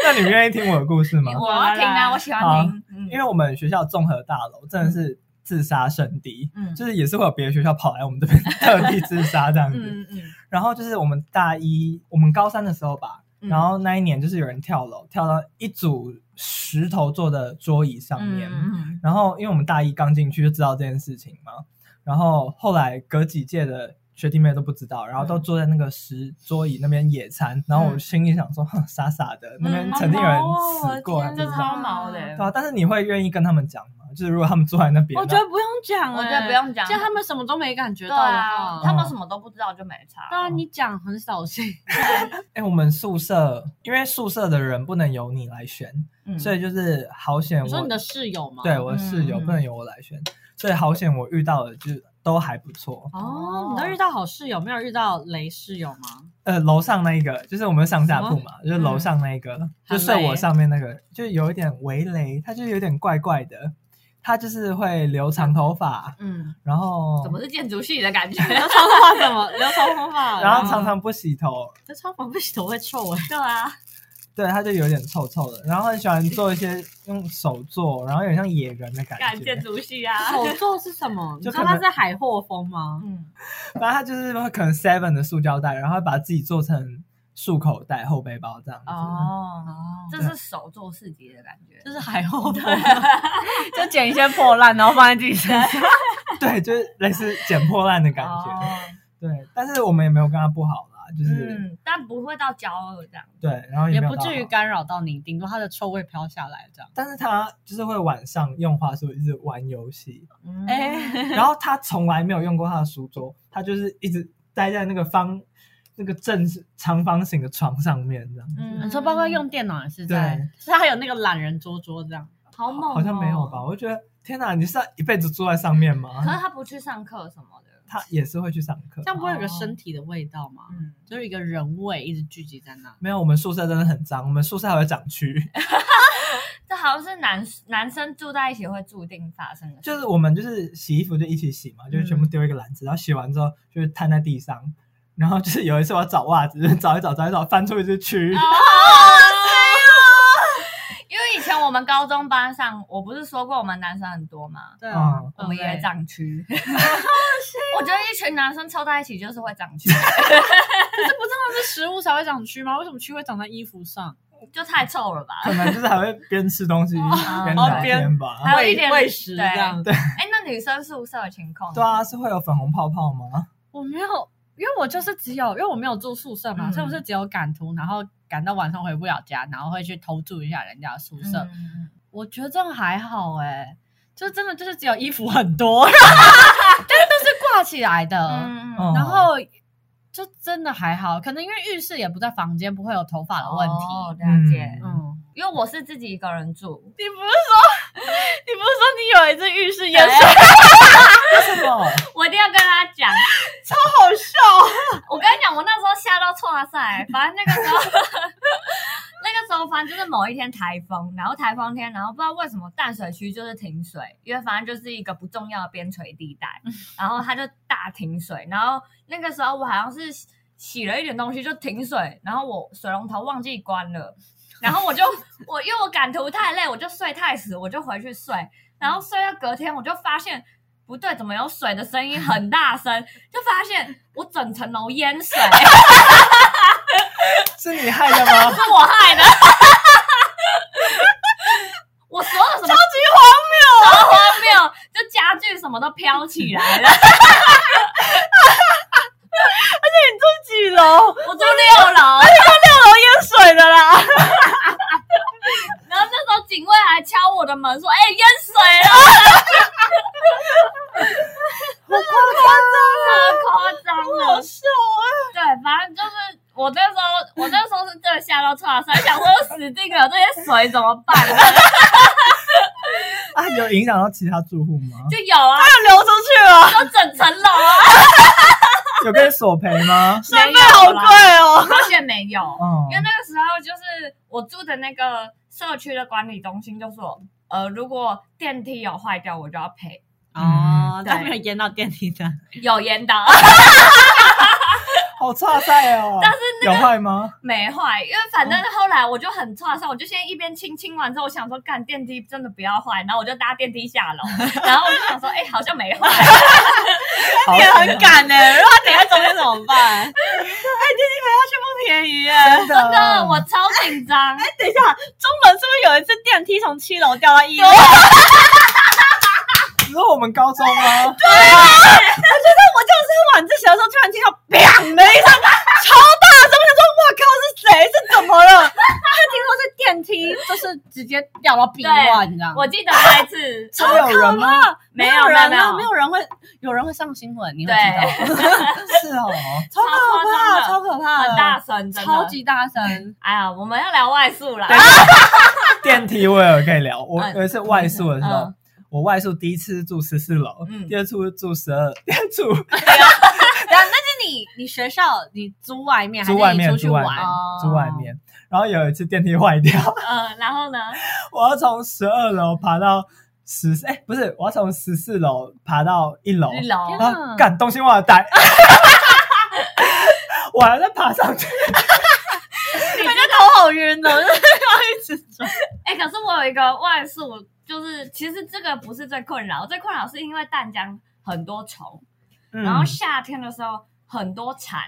[SPEAKER 2] 那你们愿意听我的故事吗？
[SPEAKER 3] 哦
[SPEAKER 4] 我要听
[SPEAKER 3] 来来
[SPEAKER 4] 啊，
[SPEAKER 3] 来
[SPEAKER 4] 我喜
[SPEAKER 2] 好
[SPEAKER 4] 欢听，嗯
[SPEAKER 2] 因为我们学校综合大楼真的是自杀圣地，
[SPEAKER 4] 嗯
[SPEAKER 2] 就是也是会有别的学校跑来我们这边 *laughs* 特地自杀这样子。
[SPEAKER 4] 嗯嗯
[SPEAKER 2] 然后就是我们大一，我们高三的时候吧，
[SPEAKER 4] 嗯
[SPEAKER 2] 然后那一年就是有人跳楼，跳到一组石头做的桌椅上面。
[SPEAKER 4] 嗯
[SPEAKER 2] 然后因为我们大一刚进去就知道这件事情嘛，然后后来隔几届的学弟妹都不知道，然后
[SPEAKER 4] 嗯
[SPEAKER 2] 都坐在那个石桌椅那边野餐，然后我心里想说，哼傻傻的，那
[SPEAKER 4] 嗯
[SPEAKER 2] 边曾经有人死过，还
[SPEAKER 4] 哦这
[SPEAKER 2] 不知道
[SPEAKER 4] 超毛的欸。
[SPEAKER 2] 对啊，但是你会愿意跟他们讲吗？就是如果他们坐在那边，
[SPEAKER 3] 我觉得不用讲、欸，
[SPEAKER 4] 我觉得不用讲
[SPEAKER 3] 像他们什么都没感觉
[SPEAKER 4] 对
[SPEAKER 3] 到的
[SPEAKER 4] 啊，
[SPEAKER 3] 话，
[SPEAKER 4] 他们什么都不知道就没差。
[SPEAKER 3] *laughs* 当然你讲很扫兴。
[SPEAKER 2] 哎、我们宿舍因为宿舍的人不能由你来选，
[SPEAKER 4] 嗯
[SPEAKER 2] 所以就是好险我
[SPEAKER 3] 你说你的室友吗？
[SPEAKER 2] 对我的室友
[SPEAKER 4] 嗯
[SPEAKER 2] 不能由我来选，所以好险我遇到的就都还不错。
[SPEAKER 3] 哦，你都遇到好室友，没有遇到雷室友吗？
[SPEAKER 2] 呃，楼上那一个就是我们上下铺嘛，就是楼上那一个、
[SPEAKER 3] 嗯
[SPEAKER 2] 就睡我上面那个，就有一点围雷，他就有点怪怪的，他就是会留长头发，
[SPEAKER 3] 嗯，
[SPEAKER 2] 然后
[SPEAKER 4] 怎么是建筑系的感觉？
[SPEAKER 3] 留长头发怎么？留啊长头发，
[SPEAKER 2] 然后常常不洗头，
[SPEAKER 3] 留长头发不洗头会臭
[SPEAKER 4] *laughs*
[SPEAKER 3] 哎。
[SPEAKER 4] 对啊，
[SPEAKER 2] 对，他就有点臭臭的，然后很喜欢做一些用手做，然后有点像野人的感
[SPEAKER 4] 干
[SPEAKER 2] 觉，
[SPEAKER 4] 建筑系啊。
[SPEAKER 3] 手作是什么？你
[SPEAKER 2] 就
[SPEAKER 3] 知
[SPEAKER 2] 可
[SPEAKER 3] 道
[SPEAKER 2] 能
[SPEAKER 3] 它是海货风吗？
[SPEAKER 4] 嗯，
[SPEAKER 2] 反正他就是会可能 seven 的塑胶袋，然后会把自己做成束口袋、后背包这样子。
[SPEAKER 4] 哦，
[SPEAKER 3] 哦，
[SPEAKER 4] 这是手做市集的感觉
[SPEAKER 3] 这。是海货风。
[SPEAKER 4] 啊
[SPEAKER 1] 就捡一些破烂，然后放在自己身上。
[SPEAKER 2] 对，就是类似捡破烂的感觉。
[SPEAKER 4] 哦
[SPEAKER 2] 对，但是我们也没有跟他不好啦，就是、
[SPEAKER 4] 嗯，但不会到骄傲这样。
[SPEAKER 2] 对，然后也
[SPEAKER 3] 也
[SPEAKER 2] 没有
[SPEAKER 3] 不
[SPEAKER 2] 到
[SPEAKER 3] 至于
[SPEAKER 2] 好
[SPEAKER 3] 干扰到你，顶多它的臭味飘下来这样。
[SPEAKER 2] 但是他就是会晚上用话术一直玩游戏，
[SPEAKER 4] 嗯
[SPEAKER 3] 哎，
[SPEAKER 2] 然后他从来没有用过他的书桌，他就是一直待在那个方那个正长方形的床上面这样子。
[SPEAKER 4] 嗯
[SPEAKER 3] 你说包括用电脑也是在
[SPEAKER 2] 对，
[SPEAKER 3] 是它有那个懒人桌桌这样。
[SPEAKER 4] 好猛，哦
[SPEAKER 2] 好像没有吧？。我就觉得天哪，你是要一辈子住在上面吗
[SPEAKER 4] 可？是他不去上课什么的。
[SPEAKER 2] 他也是会去上课
[SPEAKER 3] 这。样不会有一个身体的味道吗？
[SPEAKER 4] 哦嗯，
[SPEAKER 3] 就是一个人味一直聚集在那。
[SPEAKER 2] 没有，我们宿舍真的很脏，我们宿舍还有长蛆，
[SPEAKER 4] 这好像是男男生住在一起会注定发生的事。
[SPEAKER 2] 就是我们就是洗衣服就一起洗嘛，就是全部丢一个篮子，然后洗完之后就是摊在地上，然后就是有一次我要找袜子，就是找一找找一找，翻出一只蛆，
[SPEAKER 4] 因为以前我们高中班上，我不是说过我们男生很多吗？
[SPEAKER 3] 哦对
[SPEAKER 2] 啊
[SPEAKER 4] 我们也
[SPEAKER 3] 长，
[SPEAKER 4] 长蛆。我觉得一群男生凑在一起就是会长蛆， *laughs*
[SPEAKER 3] 那是食物才会长蛆吗？为什么蛆会长在衣服上？
[SPEAKER 4] 就太臭了吧？
[SPEAKER 2] 可能就是还会边吃东西边聊天
[SPEAKER 3] 哦
[SPEAKER 2] 吧。
[SPEAKER 4] 还有一点
[SPEAKER 3] 喂喂食这
[SPEAKER 4] 对
[SPEAKER 3] 样。
[SPEAKER 4] 哎，那女生宿舍的情况呢？
[SPEAKER 2] 对啊，是会有粉红泡泡吗？
[SPEAKER 3] 我没有，因为我就是只有，因为我没有住宿舍嘛，
[SPEAKER 4] 嗯
[SPEAKER 3] 所以我是只有赶图，然后赶到晚上回不了家，然后会去偷住一下人家的宿
[SPEAKER 4] 嗯，
[SPEAKER 3] 舍。
[SPEAKER 4] 嗯
[SPEAKER 3] 我觉得这样还好哎、就真的就是只有衣服很多， *laughs* 但都是挂起来的。
[SPEAKER 4] 嗯嗯
[SPEAKER 2] 嗯
[SPEAKER 4] 嗯，
[SPEAKER 3] 然后就真的还好，可能因为浴室也不在房间，不会有头发的问题。
[SPEAKER 4] 哦了解
[SPEAKER 2] 嗯。
[SPEAKER 3] 嗯，
[SPEAKER 4] 因为我是自己一个人住，
[SPEAKER 3] 你不是说 *laughs* 你不是说你有一只浴室也 *laughs* 是
[SPEAKER 4] 对
[SPEAKER 2] 为什么？
[SPEAKER 4] 我一定要跟他讲。
[SPEAKER 3] 好笑？
[SPEAKER 4] 我跟你讲，我那时候吓到错啊塞，反正那个时候，那个时候反正就是某一天台风，然后台风天，然后不知道为什么淡水区就是停水，因为反正就是一个不重要的边陲地带，然后它就大停水，然后那个时候我好像是洗了一点东西就停水，然后我水龙头忘记关了。然后我就我因为我赶图太累，我就睡太死，我就回去睡，然后睡到隔天我就发现不对，怎么有水的声音很大声？ *laughs* 就发现我整层楼淹水， *laughs* 是
[SPEAKER 2] 是你害的吗？
[SPEAKER 4] 我害的。 *laughs* 我所有什么超级荒谬，超荒谬，就家具什么都飘起来了。
[SPEAKER 3] 几楼？
[SPEAKER 4] 我住六楼，
[SPEAKER 3] 哦淹水的啦！ *laughs*
[SPEAKER 4] 然后那时候警卫还敲我的门说：“哎、淹水 *laughs* 了！”啊好夸张，超夸张的。
[SPEAKER 3] 笑啊！
[SPEAKER 4] 对，反正就是我那时候，我那时候是真的吓到差三，想说死定了，这些水怎么办？
[SPEAKER 2] 啊，有影响到其他住户
[SPEAKER 4] *laughs*
[SPEAKER 2] 吗？
[SPEAKER 4] 就有啊，
[SPEAKER 3] 流出去了，
[SPEAKER 4] 就整层楼啊，
[SPEAKER 2] 有跟你索赔吗？
[SPEAKER 4] 没有啦，
[SPEAKER 3] 哦。
[SPEAKER 4] 好啊险没有，
[SPEAKER 2] 哦
[SPEAKER 4] 因为那个时候就是我住的那个社区的管理中心就说，呃，如果电梯有坏掉，我就要赔，
[SPEAKER 3] 哦
[SPEAKER 2] 嗯，
[SPEAKER 3] 他
[SPEAKER 4] 对
[SPEAKER 3] 没有淹到电梯 *laughs* 的，
[SPEAKER 4] 有烟的啊
[SPEAKER 2] 好差赛哦。
[SPEAKER 4] *laughs*
[SPEAKER 2] 但是有坏吗？
[SPEAKER 4] 没坏，因为反正后来我就很差，上我就先一边清清完之后，我想说干电梯真的不要坏，然后我就搭电梯下楼，然后我就想说，哎、好像没坏。
[SPEAKER 2] 好
[SPEAKER 3] 也
[SPEAKER 2] 险
[SPEAKER 3] 很
[SPEAKER 2] 哦
[SPEAKER 3] 赶呢。如果他等一下中间怎么 *laughs* 办？哎，电梯陪他去不便宜哎。
[SPEAKER 2] 真的
[SPEAKER 4] 真的，
[SPEAKER 2] 啊
[SPEAKER 4] 我超紧张。
[SPEAKER 3] 等一下，中门是不是有一次电梯从七楼掉到一楼？
[SPEAKER 4] *laughs*
[SPEAKER 2] 你说我们高中吗？
[SPEAKER 3] 我就是晚自习的时候，突然听到“砰”的一声，超大声，我想说：“哇靠，是谁？是怎么了？”他听说是电梯，就是直接掉到 B
[SPEAKER 4] 对
[SPEAKER 3] 万，你知道吗？
[SPEAKER 4] 我记得那一次，
[SPEAKER 2] 超有人吗？
[SPEAKER 4] 没
[SPEAKER 3] 有
[SPEAKER 4] 有
[SPEAKER 3] 人啊
[SPEAKER 4] 没有
[SPEAKER 3] 没有人会，有人会上新闻，你会知道，
[SPEAKER 4] 对，
[SPEAKER 2] 是哦，
[SPEAKER 3] 超可怕，
[SPEAKER 4] 超
[SPEAKER 3] 超 *laughs* 可怕的，
[SPEAKER 4] 很大声，真的
[SPEAKER 3] 超。级大声。
[SPEAKER 4] 哎呀，我们要聊外宿 *laughs* 啦。
[SPEAKER 2] 电梯我也可以聊。我
[SPEAKER 4] 嗯
[SPEAKER 2] 有一次外宿的时候，
[SPEAKER 4] 嗯
[SPEAKER 2] 我外宿第一次住十四楼，
[SPEAKER 4] 嗯
[SPEAKER 2] 第二次住十二，第二次
[SPEAKER 3] 然后那是你，你学校你租外面，还
[SPEAKER 2] 住
[SPEAKER 3] 是
[SPEAKER 2] 外
[SPEAKER 3] 你
[SPEAKER 2] 面，
[SPEAKER 3] 出去
[SPEAKER 2] 住外
[SPEAKER 3] 玩？
[SPEAKER 2] 面
[SPEAKER 4] 哦，
[SPEAKER 2] 住外面。然后有一次电梯坏掉， *laughs*
[SPEAKER 4] 嗯，然后呢？
[SPEAKER 2] 我要从十二楼爬到十，哎，不是，我要从十四楼爬到一楼，
[SPEAKER 4] 一楼
[SPEAKER 3] 天哪
[SPEAKER 2] 然后干东西忘了
[SPEAKER 4] *laughs*
[SPEAKER 2] 带，我还在爬上去。
[SPEAKER 3] 我觉得头好晕
[SPEAKER 2] *laughs*
[SPEAKER 3] 哦，就是要一直走。
[SPEAKER 4] 哎，可是我有一个外宿，就是其实这个不是最困扰，最困扰是因为淡江很多虫，
[SPEAKER 2] 嗯
[SPEAKER 4] 然后夏天的时候很多蝉，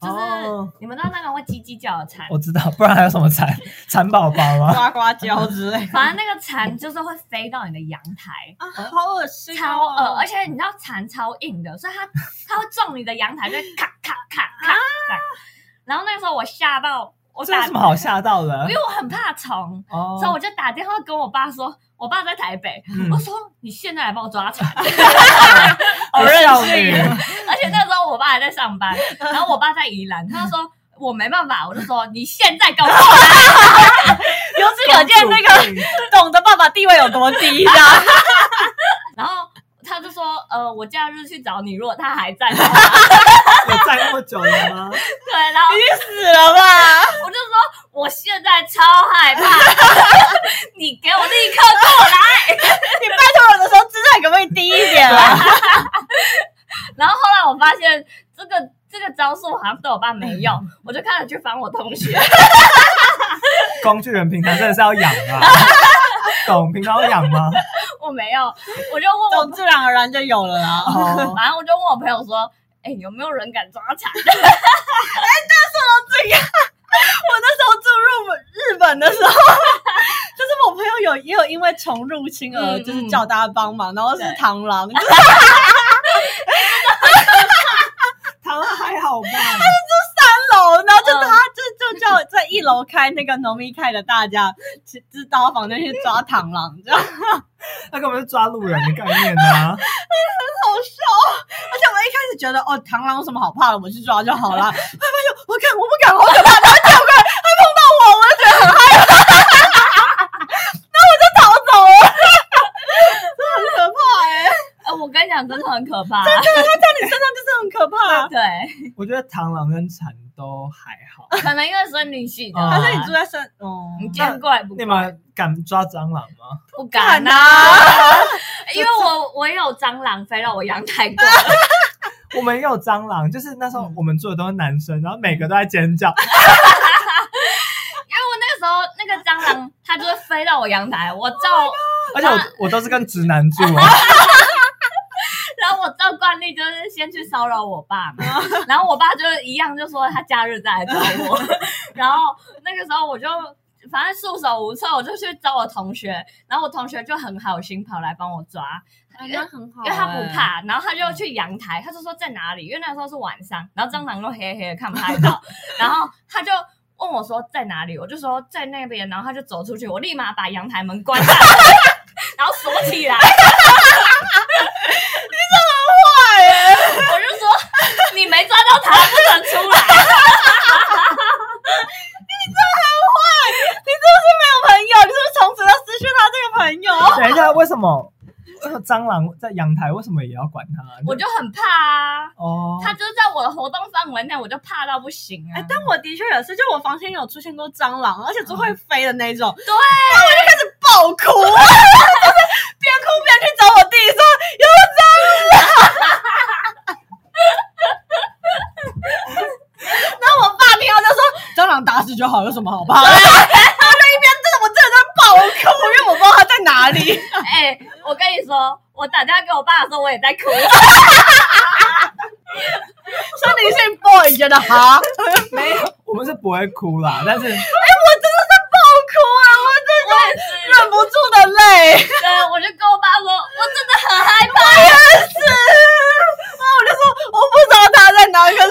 [SPEAKER 4] 就是
[SPEAKER 2] 哦
[SPEAKER 4] 你们知道那个会叽叽叫的蝉，
[SPEAKER 2] 我知道，不然还有什么蚕蚕宝宝吗？
[SPEAKER 3] 呱呱叫之类
[SPEAKER 4] 反正那个蝉就是会飞到你的阳台。
[SPEAKER 3] 啊，好恶哎心
[SPEAKER 4] 超恶，而且你知道蝉超硬的，所以它它会撞你的阳台，就会咔咔咔咔。这样然后那个时候我吓到，
[SPEAKER 2] *laughs*
[SPEAKER 4] 我
[SPEAKER 2] 这有
[SPEAKER 4] 打，
[SPEAKER 2] 什么好吓到的
[SPEAKER 4] 因？为我很怕虫，
[SPEAKER 2] 哦
[SPEAKER 4] 所以我就打电话跟我爸说，我爸在台北，
[SPEAKER 2] 嗯
[SPEAKER 4] 我说你现在来帮我抓蝉。 *laughs*
[SPEAKER 2] 好哦少女，
[SPEAKER 4] 而且那时候我爸还在上班，然后我爸在宜兰，他就说。我没办法，我就说你现在给我过来，
[SPEAKER 3] 由此可见，那个 *laughs* 懂得爸爸地位有多低的。
[SPEAKER 4] 然后他就说，呃，我假日去找你，如果他还在的话， *laughs*
[SPEAKER 2] 有站那么久了吗？
[SPEAKER 4] 对，然后
[SPEAKER 3] 死了 *laughs* 吧！
[SPEAKER 4] 我就说我现在超害怕，你给我立刻过来。
[SPEAKER 3] 你拜托人的时候姿态可不可以低一点啊？
[SPEAKER 4] 然后后来我发现这个这个招数好像对我爸没用，我就开始去烦我同学。
[SPEAKER 2] 工具人平常真的是要养啊， *laughs* 懂？平常要养吗？
[SPEAKER 4] 我没有，我就问
[SPEAKER 3] *laughs* 总
[SPEAKER 4] 我，
[SPEAKER 3] 自然而然就有了啊啦。
[SPEAKER 2] 哦，
[SPEAKER 4] 反正我就问我朋友说。哎、有没有人敢抓蝉？
[SPEAKER 3] 我那时候住入日本的时候， *laughs* 就是我朋友有也有因为虫入侵而
[SPEAKER 4] 嗯
[SPEAKER 3] 就是叫大家帮忙，然后是
[SPEAKER 4] 对
[SPEAKER 3] 螳螂， *laughs* 就是
[SPEAKER 2] 他们还好吧？
[SPEAKER 3] 三楼，然后就
[SPEAKER 4] 嗯
[SPEAKER 3] 他就就叫在一楼开那个农民开的大家去知道房间去抓螳螂，这样
[SPEAKER 2] 那根本是抓路人的概念啊！
[SPEAKER 3] 好笑。哦而且我一开始觉得哦，螳螂有什么好怕的，我去抓就好啦。后来发现我看我不敢，好可怕，它跳过来，它碰到我，我就觉得很哎害怕，然后我就逃走了， *laughs* 这很可怕哎、
[SPEAKER 4] *laughs*
[SPEAKER 3] *laughs*
[SPEAKER 4] 呃我跟你讲，真的很可怕。
[SPEAKER 3] 身上就是很可怕。
[SPEAKER 4] 对，
[SPEAKER 2] 我觉得螳螂跟蝉都还好。
[SPEAKER 4] 可能因为生理系的，
[SPEAKER 2] 嗯
[SPEAKER 3] 他说你住在山哦，
[SPEAKER 4] 你见怪不
[SPEAKER 2] 你
[SPEAKER 4] 怪。
[SPEAKER 2] 们敢抓蟑螂吗？
[SPEAKER 4] 不敢
[SPEAKER 3] 敢 *laughs*
[SPEAKER 4] 啊，
[SPEAKER 3] 啊？
[SPEAKER 4] 因为我我也有蟑螂飞到我阳台过。
[SPEAKER 2] 我们也有蟑螂，就是那时候我们住的都是男生，然后每个都在尖叫。
[SPEAKER 4] 因为我那个时候那个蟑螂它就会飞到我阳台，我照，
[SPEAKER 2] 而且我我都是跟直男住啊，
[SPEAKER 4] 然后我照惯例就是先去骚扰我爸嘛， *laughs* 然后我爸就一样就说他假日再来找我， *laughs* 然后那个时候我就。反正束手无策，我就去找我同学，然后我同学就很好心跑来帮我抓，
[SPEAKER 3] 啊那很好欸
[SPEAKER 4] 因为他不。怕，然后他就去阳台，他就说在哪里，因为那时候是晚上，然后蟑螂都黑黑的看不太到， *laughs* 然后他就问我说在哪里，我就说在那边，然后他就走出去，我立马把阳台门关上， *laughs* 然后锁起来。 *laughs*
[SPEAKER 3] 欸
[SPEAKER 4] 你怎么坏耶？我就说你没抓到他，不能出 *laughs* 来。
[SPEAKER 3] 你是不是没有朋友？你是不是从此要失去他这个朋友？
[SPEAKER 2] *laughs* 等一下，为什么为什么蟑螂在阳台？为什么也要管它？
[SPEAKER 4] 我就很怕啊，
[SPEAKER 2] 哦， *laughs*
[SPEAKER 4] 他就是在我的活动范围内，我就怕到不行啊
[SPEAKER 3] 哎，。但我的确也是，就我房间有出现过蟑螂，而且是会飞的那种，
[SPEAKER 4] 对，
[SPEAKER 3] 爆哭， *laughs* 就是边哭边去找我弟说有没有蟑螂。 *laughs* 然后我爸听到就说蟑螂打死就好，有什么好怕的？然 *laughs* 后就一边真的我真的在爆哭， *laughs* 因为我不知道他在哪里。
[SPEAKER 4] 哎、我跟你说，我打电话给我爸的时候，我也在哭。
[SPEAKER 3] 生理性 boy 觉得好，
[SPEAKER 2] 没有，我们是不会哭啦，但是
[SPEAKER 3] 好哭啊！我真
[SPEAKER 4] 我也是，
[SPEAKER 3] 忍不住的泪， *laughs*
[SPEAKER 4] 对，啊我就跟我爸说，我真的很害怕。
[SPEAKER 3] 然后我就说我不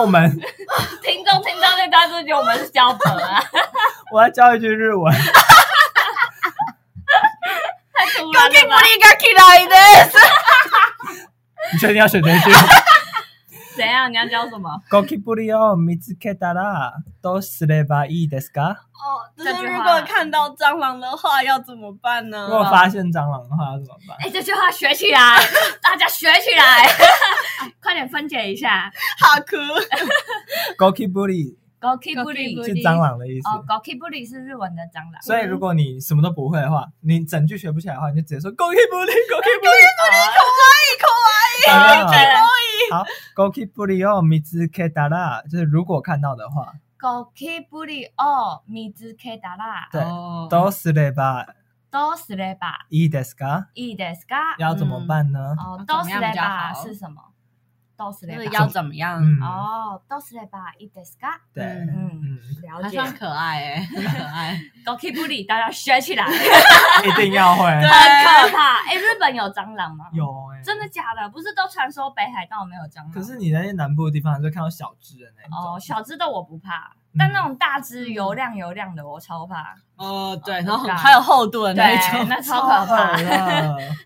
[SPEAKER 2] 我们，
[SPEAKER 4] 听众听到这大家都觉得我们是小本 *laughs* 啊，
[SPEAKER 2] 我要教一句日文。 *laughs*
[SPEAKER 4] 太突然了吧？
[SPEAKER 1] が嫌いです。
[SPEAKER 2] 你确定要选这一句？ *laughs*
[SPEAKER 4] 怎样？你要教什么？
[SPEAKER 2] ゴキブリを見つけたらどうすればいいですか？
[SPEAKER 4] 哦，
[SPEAKER 3] 就
[SPEAKER 4] 这
[SPEAKER 3] 是
[SPEAKER 4] 句
[SPEAKER 3] 如
[SPEAKER 4] 话
[SPEAKER 3] 果看到蟑螂的话，要怎么办呢
[SPEAKER 2] 如？果发现蟑螂的话要怎么办？
[SPEAKER 4] *laughs* 哎、这句话学起来， *laughs* 大家学起来， *laughs* 快点分解一下。
[SPEAKER 3] 好哭。
[SPEAKER 2] ゴキブリ
[SPEAKER 4] g o k i b u r i
[SPEAKER 2] 是蟑螂的意思。
[SPEAKER 4] 哦 g o k i b u r i 是日文的蟑螂。
[SPEAKER 2] 所以如果你什么都不会的话，你整句学不起来的话，你就直接说 “go k i
[SPEAKER 4] *laughs*
[SPEAKER 2] b u r i go k i b u r i
[SPEAKER 4] 哦对
[SPEAKER 2] 好 “go k i b u r i 哦，米兹 k 达拉，就是如果看到的话，
[SPEAKER 4] ゴキブリを見つけたら
[SPEAKER 2] 对，
[SPEAKER 3] 哦
[SPEAKER 2] 都すれば
[SPEAKER 4] どうすれば
[SPEAKER 2] いいですか？
[SPEAKER 4] いいですか？
[SPEAKER 2] 要怎么办呢？
[SPEAKER 4] 嗯哦，
[SPEAKER 3] 怎
[SPEAKER 4] ど
[SPEAKER 3] 么
[SPEAKER 4] うす
[SPEAKER 3] 样
[SPEAKER 4] れ
[SPEAKER 3] 比较
[SPEAKER 4] ば
[SPEAKER 3] 好
[SPEAKER 4] 是什么？どうす
[SPEAKER 3] 就
[SPEAKER 4] れ
[SPEAKER 3] 是
[SPEAKER 4] ば
[SPEAKER 3] 要怎么样？
[SPEAKER 2] 嗯，
[SPEAKER 4] 哦，どうすればいいですか？
[SPEAKER 2] 对，
[SPEAKER 3] 嗯
[SPEAKER 4] 嗯，
[SPEAKER 2] 嗯，
[SPEAKER 4] 了
[SPEAKER 3] 还
[SPEAKER 4] 解。
[SPEAKER 3] 算可爱哎、很可爱。
[SPEAKER 4] g o k i b u r i 大家学 *laughs* 起来，很
[SPEAKER 2] 一定要
[SPEAKER 4] *laughs*
[SPEAKER 2] 会。
[SPEAKER 3] 对
[SPEAKER 4] 可怕。哎，日本有蟑螂吗？，
[SPEAKER 2] 有哎，
[SPEAKER 4] 真的假的？不是都传说北海道没有蟑螂？
[SPEAKER 2] 可是你那些南部的地方，你就看到小只的那一
[SPEAKER 4] 哦，
[SPEAKER 2] 种。
[SPEAKER 4] 小只的我不怕，
[SPEAKER 2] 嗯
[SPEAKER 4] 但那种大只油亮油亮的我超怕，
[SPEAKER 3] 哦，对，然后
[SPEAKER 4] 尴
[SPEAKER 3] 很
[SPEAKER 4] 尬
[SPEAKER 3] 还有厚度
[SPEAKER 2] 嗯
[SPEAKER 3] 的那
[SPEAKER 4] 对
[SPEAKER 3] 一种，。
[SPEAKER 4] 那 *laughs* 超可怕，
[SPEAKER 2] 怕！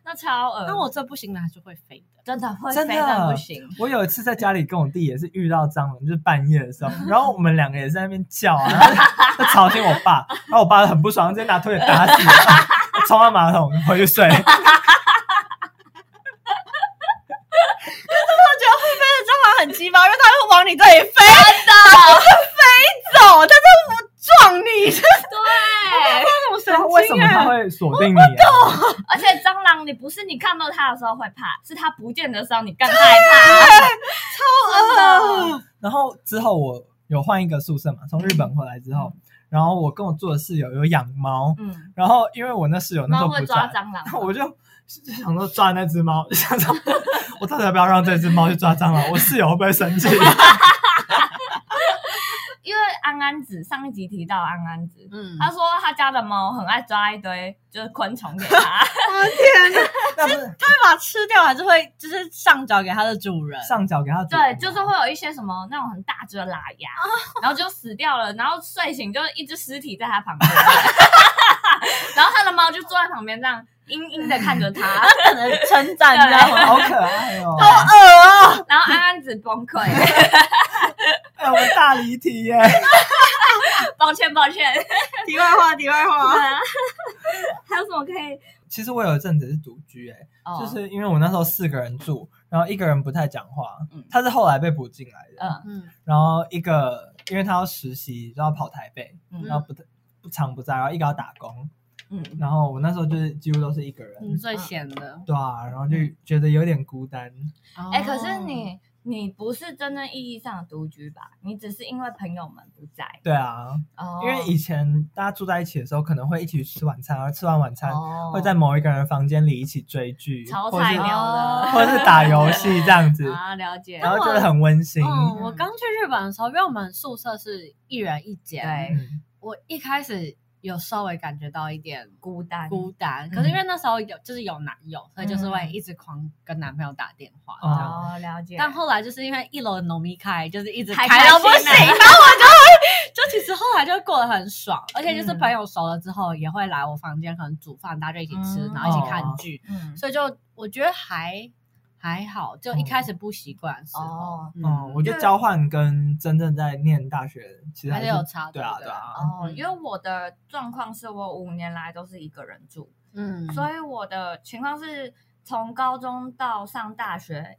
[SPEAKER 4] 那超恶。
[SPEAKER 3] 但我这不行的还是会飞的。
[SPEAKER 4] 真的会
[SPEAKER 2] 真的
[SPEAKER 4] 飞但不行。
[SPEAKER 2] 我有一次在家里跟我弟也是遇到蟑螂，就是半夜的时候，然后我们两个也在那边叫
[SPEAKER 4] *laughs*
[SPEAKER 2] 啊，然后他吵醒我爸，然后我爸很不爽，直接拿拖鞋打死我，冲到马桶回去
[SPEAKER 4] *laughs*
[SPEAKER 2] 睡。
[SPEAKER 1] 我觉得会飞的蟑螂很奇葩，因为它会往你这里飞，真的飞走，它就不撞你，这
[SPEAKER 4] 对，
[SPEAKER 1] 种神
[SPEAKER 2] 对啊， *laughs* 为什么他会锁定你、啊？
[SPEAKER 4] 而且蟑螂，你不是你看到它的时候会怕，是它不见的时候你更害怕。
[SPEAKER 3] 嗯
[SPEAKER 1] 啊
[SPEAKER 2] 然后之后我有换一个宿舍嘛，从日本回来之后，然后我跟我住的室友有养猫，
[SPEAKER 4] 嗯，
[SPEAKER 2] 然后因为我那室友那时
[SPEAKER 4] 猫
[SPEAKER 2] 候
[SPEAKER 4] 会
[SPEAKER 2] 不
[SPEAKER 4] 抓
[SPEAKER 2] 在，
[SPEAKER 4] 蟑螂吗，
[SPEAKER 2] *laughs* 我就就想说抓那只猫，就 *laughs* 想说我到底要不要让这只猫去抓
[SPEAKER 4] *laughs*
[SPEAKER 2] 蟑螂？我室友会不会生气？
[SPEAKER 4] 因为安安子上一集提到安安子，
[SPEAKER 3] 嗯，
[SPEAKER 4] 他说他家的猫很爱抓一堆就是昆虫
[SPEAKER 2] *laughs*
[SPEAKER 4] 给他，
[SPEAKER 1] 天哪！
[SPEAKER 2] 那不是
[SPEAKER 3] 它会把它吃掉，还是会就是上脚给它的主人？
[SPEAKER 2] 上脚给它煮
[SPEAKER 4] 对，就是会有一些什么那种很大只的喇牙，然后就死掉了，然后睡醒就是一只尸体在他旁边， *laughs* 然后他的猫就坐在旁边这样阴阴的看着他，
[SPEAKER 1] 可能称赞你知道吗？
[SPEAKER 2] 好可爱
[SPEAKER 4] *laughs*
[SPEAKER 2] 哦、
[SPEAKER 1] 好恶哦！
[SPEAKER 4] 然后安安子崩溃， *laughs*
[SPEAKER 2] 哎、我们大离题耶！
[SPEAKER 4] 抱歉抱歉，
[SPEAKER 1] 题外话，题外话。
[SPEAKER 4] 还有什么可以？
[SPEAKER 2] 其实我有一阵子是独居哎、
[SPEAKER 4] 哦
[SPEAKER 2] 就是因为我那时候四个人住，然后一个人不太讲话
[SPEAKER 4] 嗯，
[SPEAKER 2] 他是后来被补进来的，
[SPEAKER 4] 嗯
[SPEAKER 1] 嗯，
[SPEAKER 2] 然后一个因为他要实习，然后跑台北，
[SPEAKER 4] 嗯
[SPEAKER 2] 然后不不常不在，然后一个要打工，
[SPEAKER 4] 嗯，
[SPEAKER 2] 然后我那时候就是几乎都是一个人，
[SPEAKER 3] 你嗯最闲的。
[SPEAKER 2] 对啊，然后就觉得有点孤单，
[SPEAKER 4] 哎、可是你你不是真正意义上的独居吧？你只是因为朋友们不在
[SPEAKER 2] 对啊，
[SPEAKER 4] 哦，
[SPEAKER 2] 因为以前大家住在一起的时候，可能会一起去吃晚餐，然后吃完晚餐、
[SPEAKER 4] 哦
[SPEAKER 2] 会在某一个人房间里一起追剧，
[SPEAKER 4] 炒
[SPEAKER 2] 或
[SPEAKER 4] 菜
[SPEAKER 2] 是
[SPEAKER 4] 鸟的，
[SPEAKER 2] 或者是打游
[SPEAKER 4] *laughs*
[SPEAKER 2] 戏这样子，
[SPEAKER 4] 啊，哦了解。
[SPEAKER 2] 然后觉得很温馨。
[SPEAKER 3] 嗯，我刚去日本的时候，因为我们宿舍是一人一间，
[SPEAKER 4] 对
[SPEAKER 2] 嗯
[SPEAKER 3] 我一开始有稍微感觉到一点
[SPEAKER 4] 孤单，
[SPEAKER 3] 孤单，可是因为那时候有就是有男友，所以就是会一直狂跟男朋友打电话。
[SPEAKER 2] 哦
[SPEAKER 3] 这样
[SPEAKER 4] 嗯哦，了解。
[SPEAKER 3] 但后来就是因为一楼的农民开，就是一直
[SPEAKER 4] 太
[SPEAKER 3] 开到
[SPEAKER 4] 开
[SPEAKER 3] 不
[SPEAKER 4] 心
[SPEAKER 3] 行，
[SPEAKER 4] 了
[SPEAKER 3] 然后我就会，就其实后来就过得很爽，而且就是
[SPEAKER 4] 嗯
[SPEAKER 3] 朋友熟了之后也会来我房间，可能煮饭，大家就一起吃，
[SPEAKER 4] 嗯
[SPEAKER 3] 然后一起看剧，
[SPEAKER 4] 嗯，
[SPEAKER 3] 所以就我觉得还还好，就一开始不习惯的时候，
[SPEAKER 4] 哦
[SPEAKER 3] 嗯
[SPEAKER 2] 哦，我觉得交换跟真正在念大学其实
[SPEAKER 3] 还
[SPEAKER 2] 还
[SPEAKER 3] 是
[SPEAKER 2] 是
[SPEAKER 3] 有差的
[SPEAKER 2] 对啊，
[SPEAKER 3] 对
[SPEAKER 2] 对啊，
[SPEAKER 4] 哦，
[SPEAKER 3] 嗯
[SPEAKER 4] 因为我的状况是我五年来都是一个人住，
[SPEAKER 3] 嗯，
[SPEAKER 4] 所以我的情况是从高中到上大学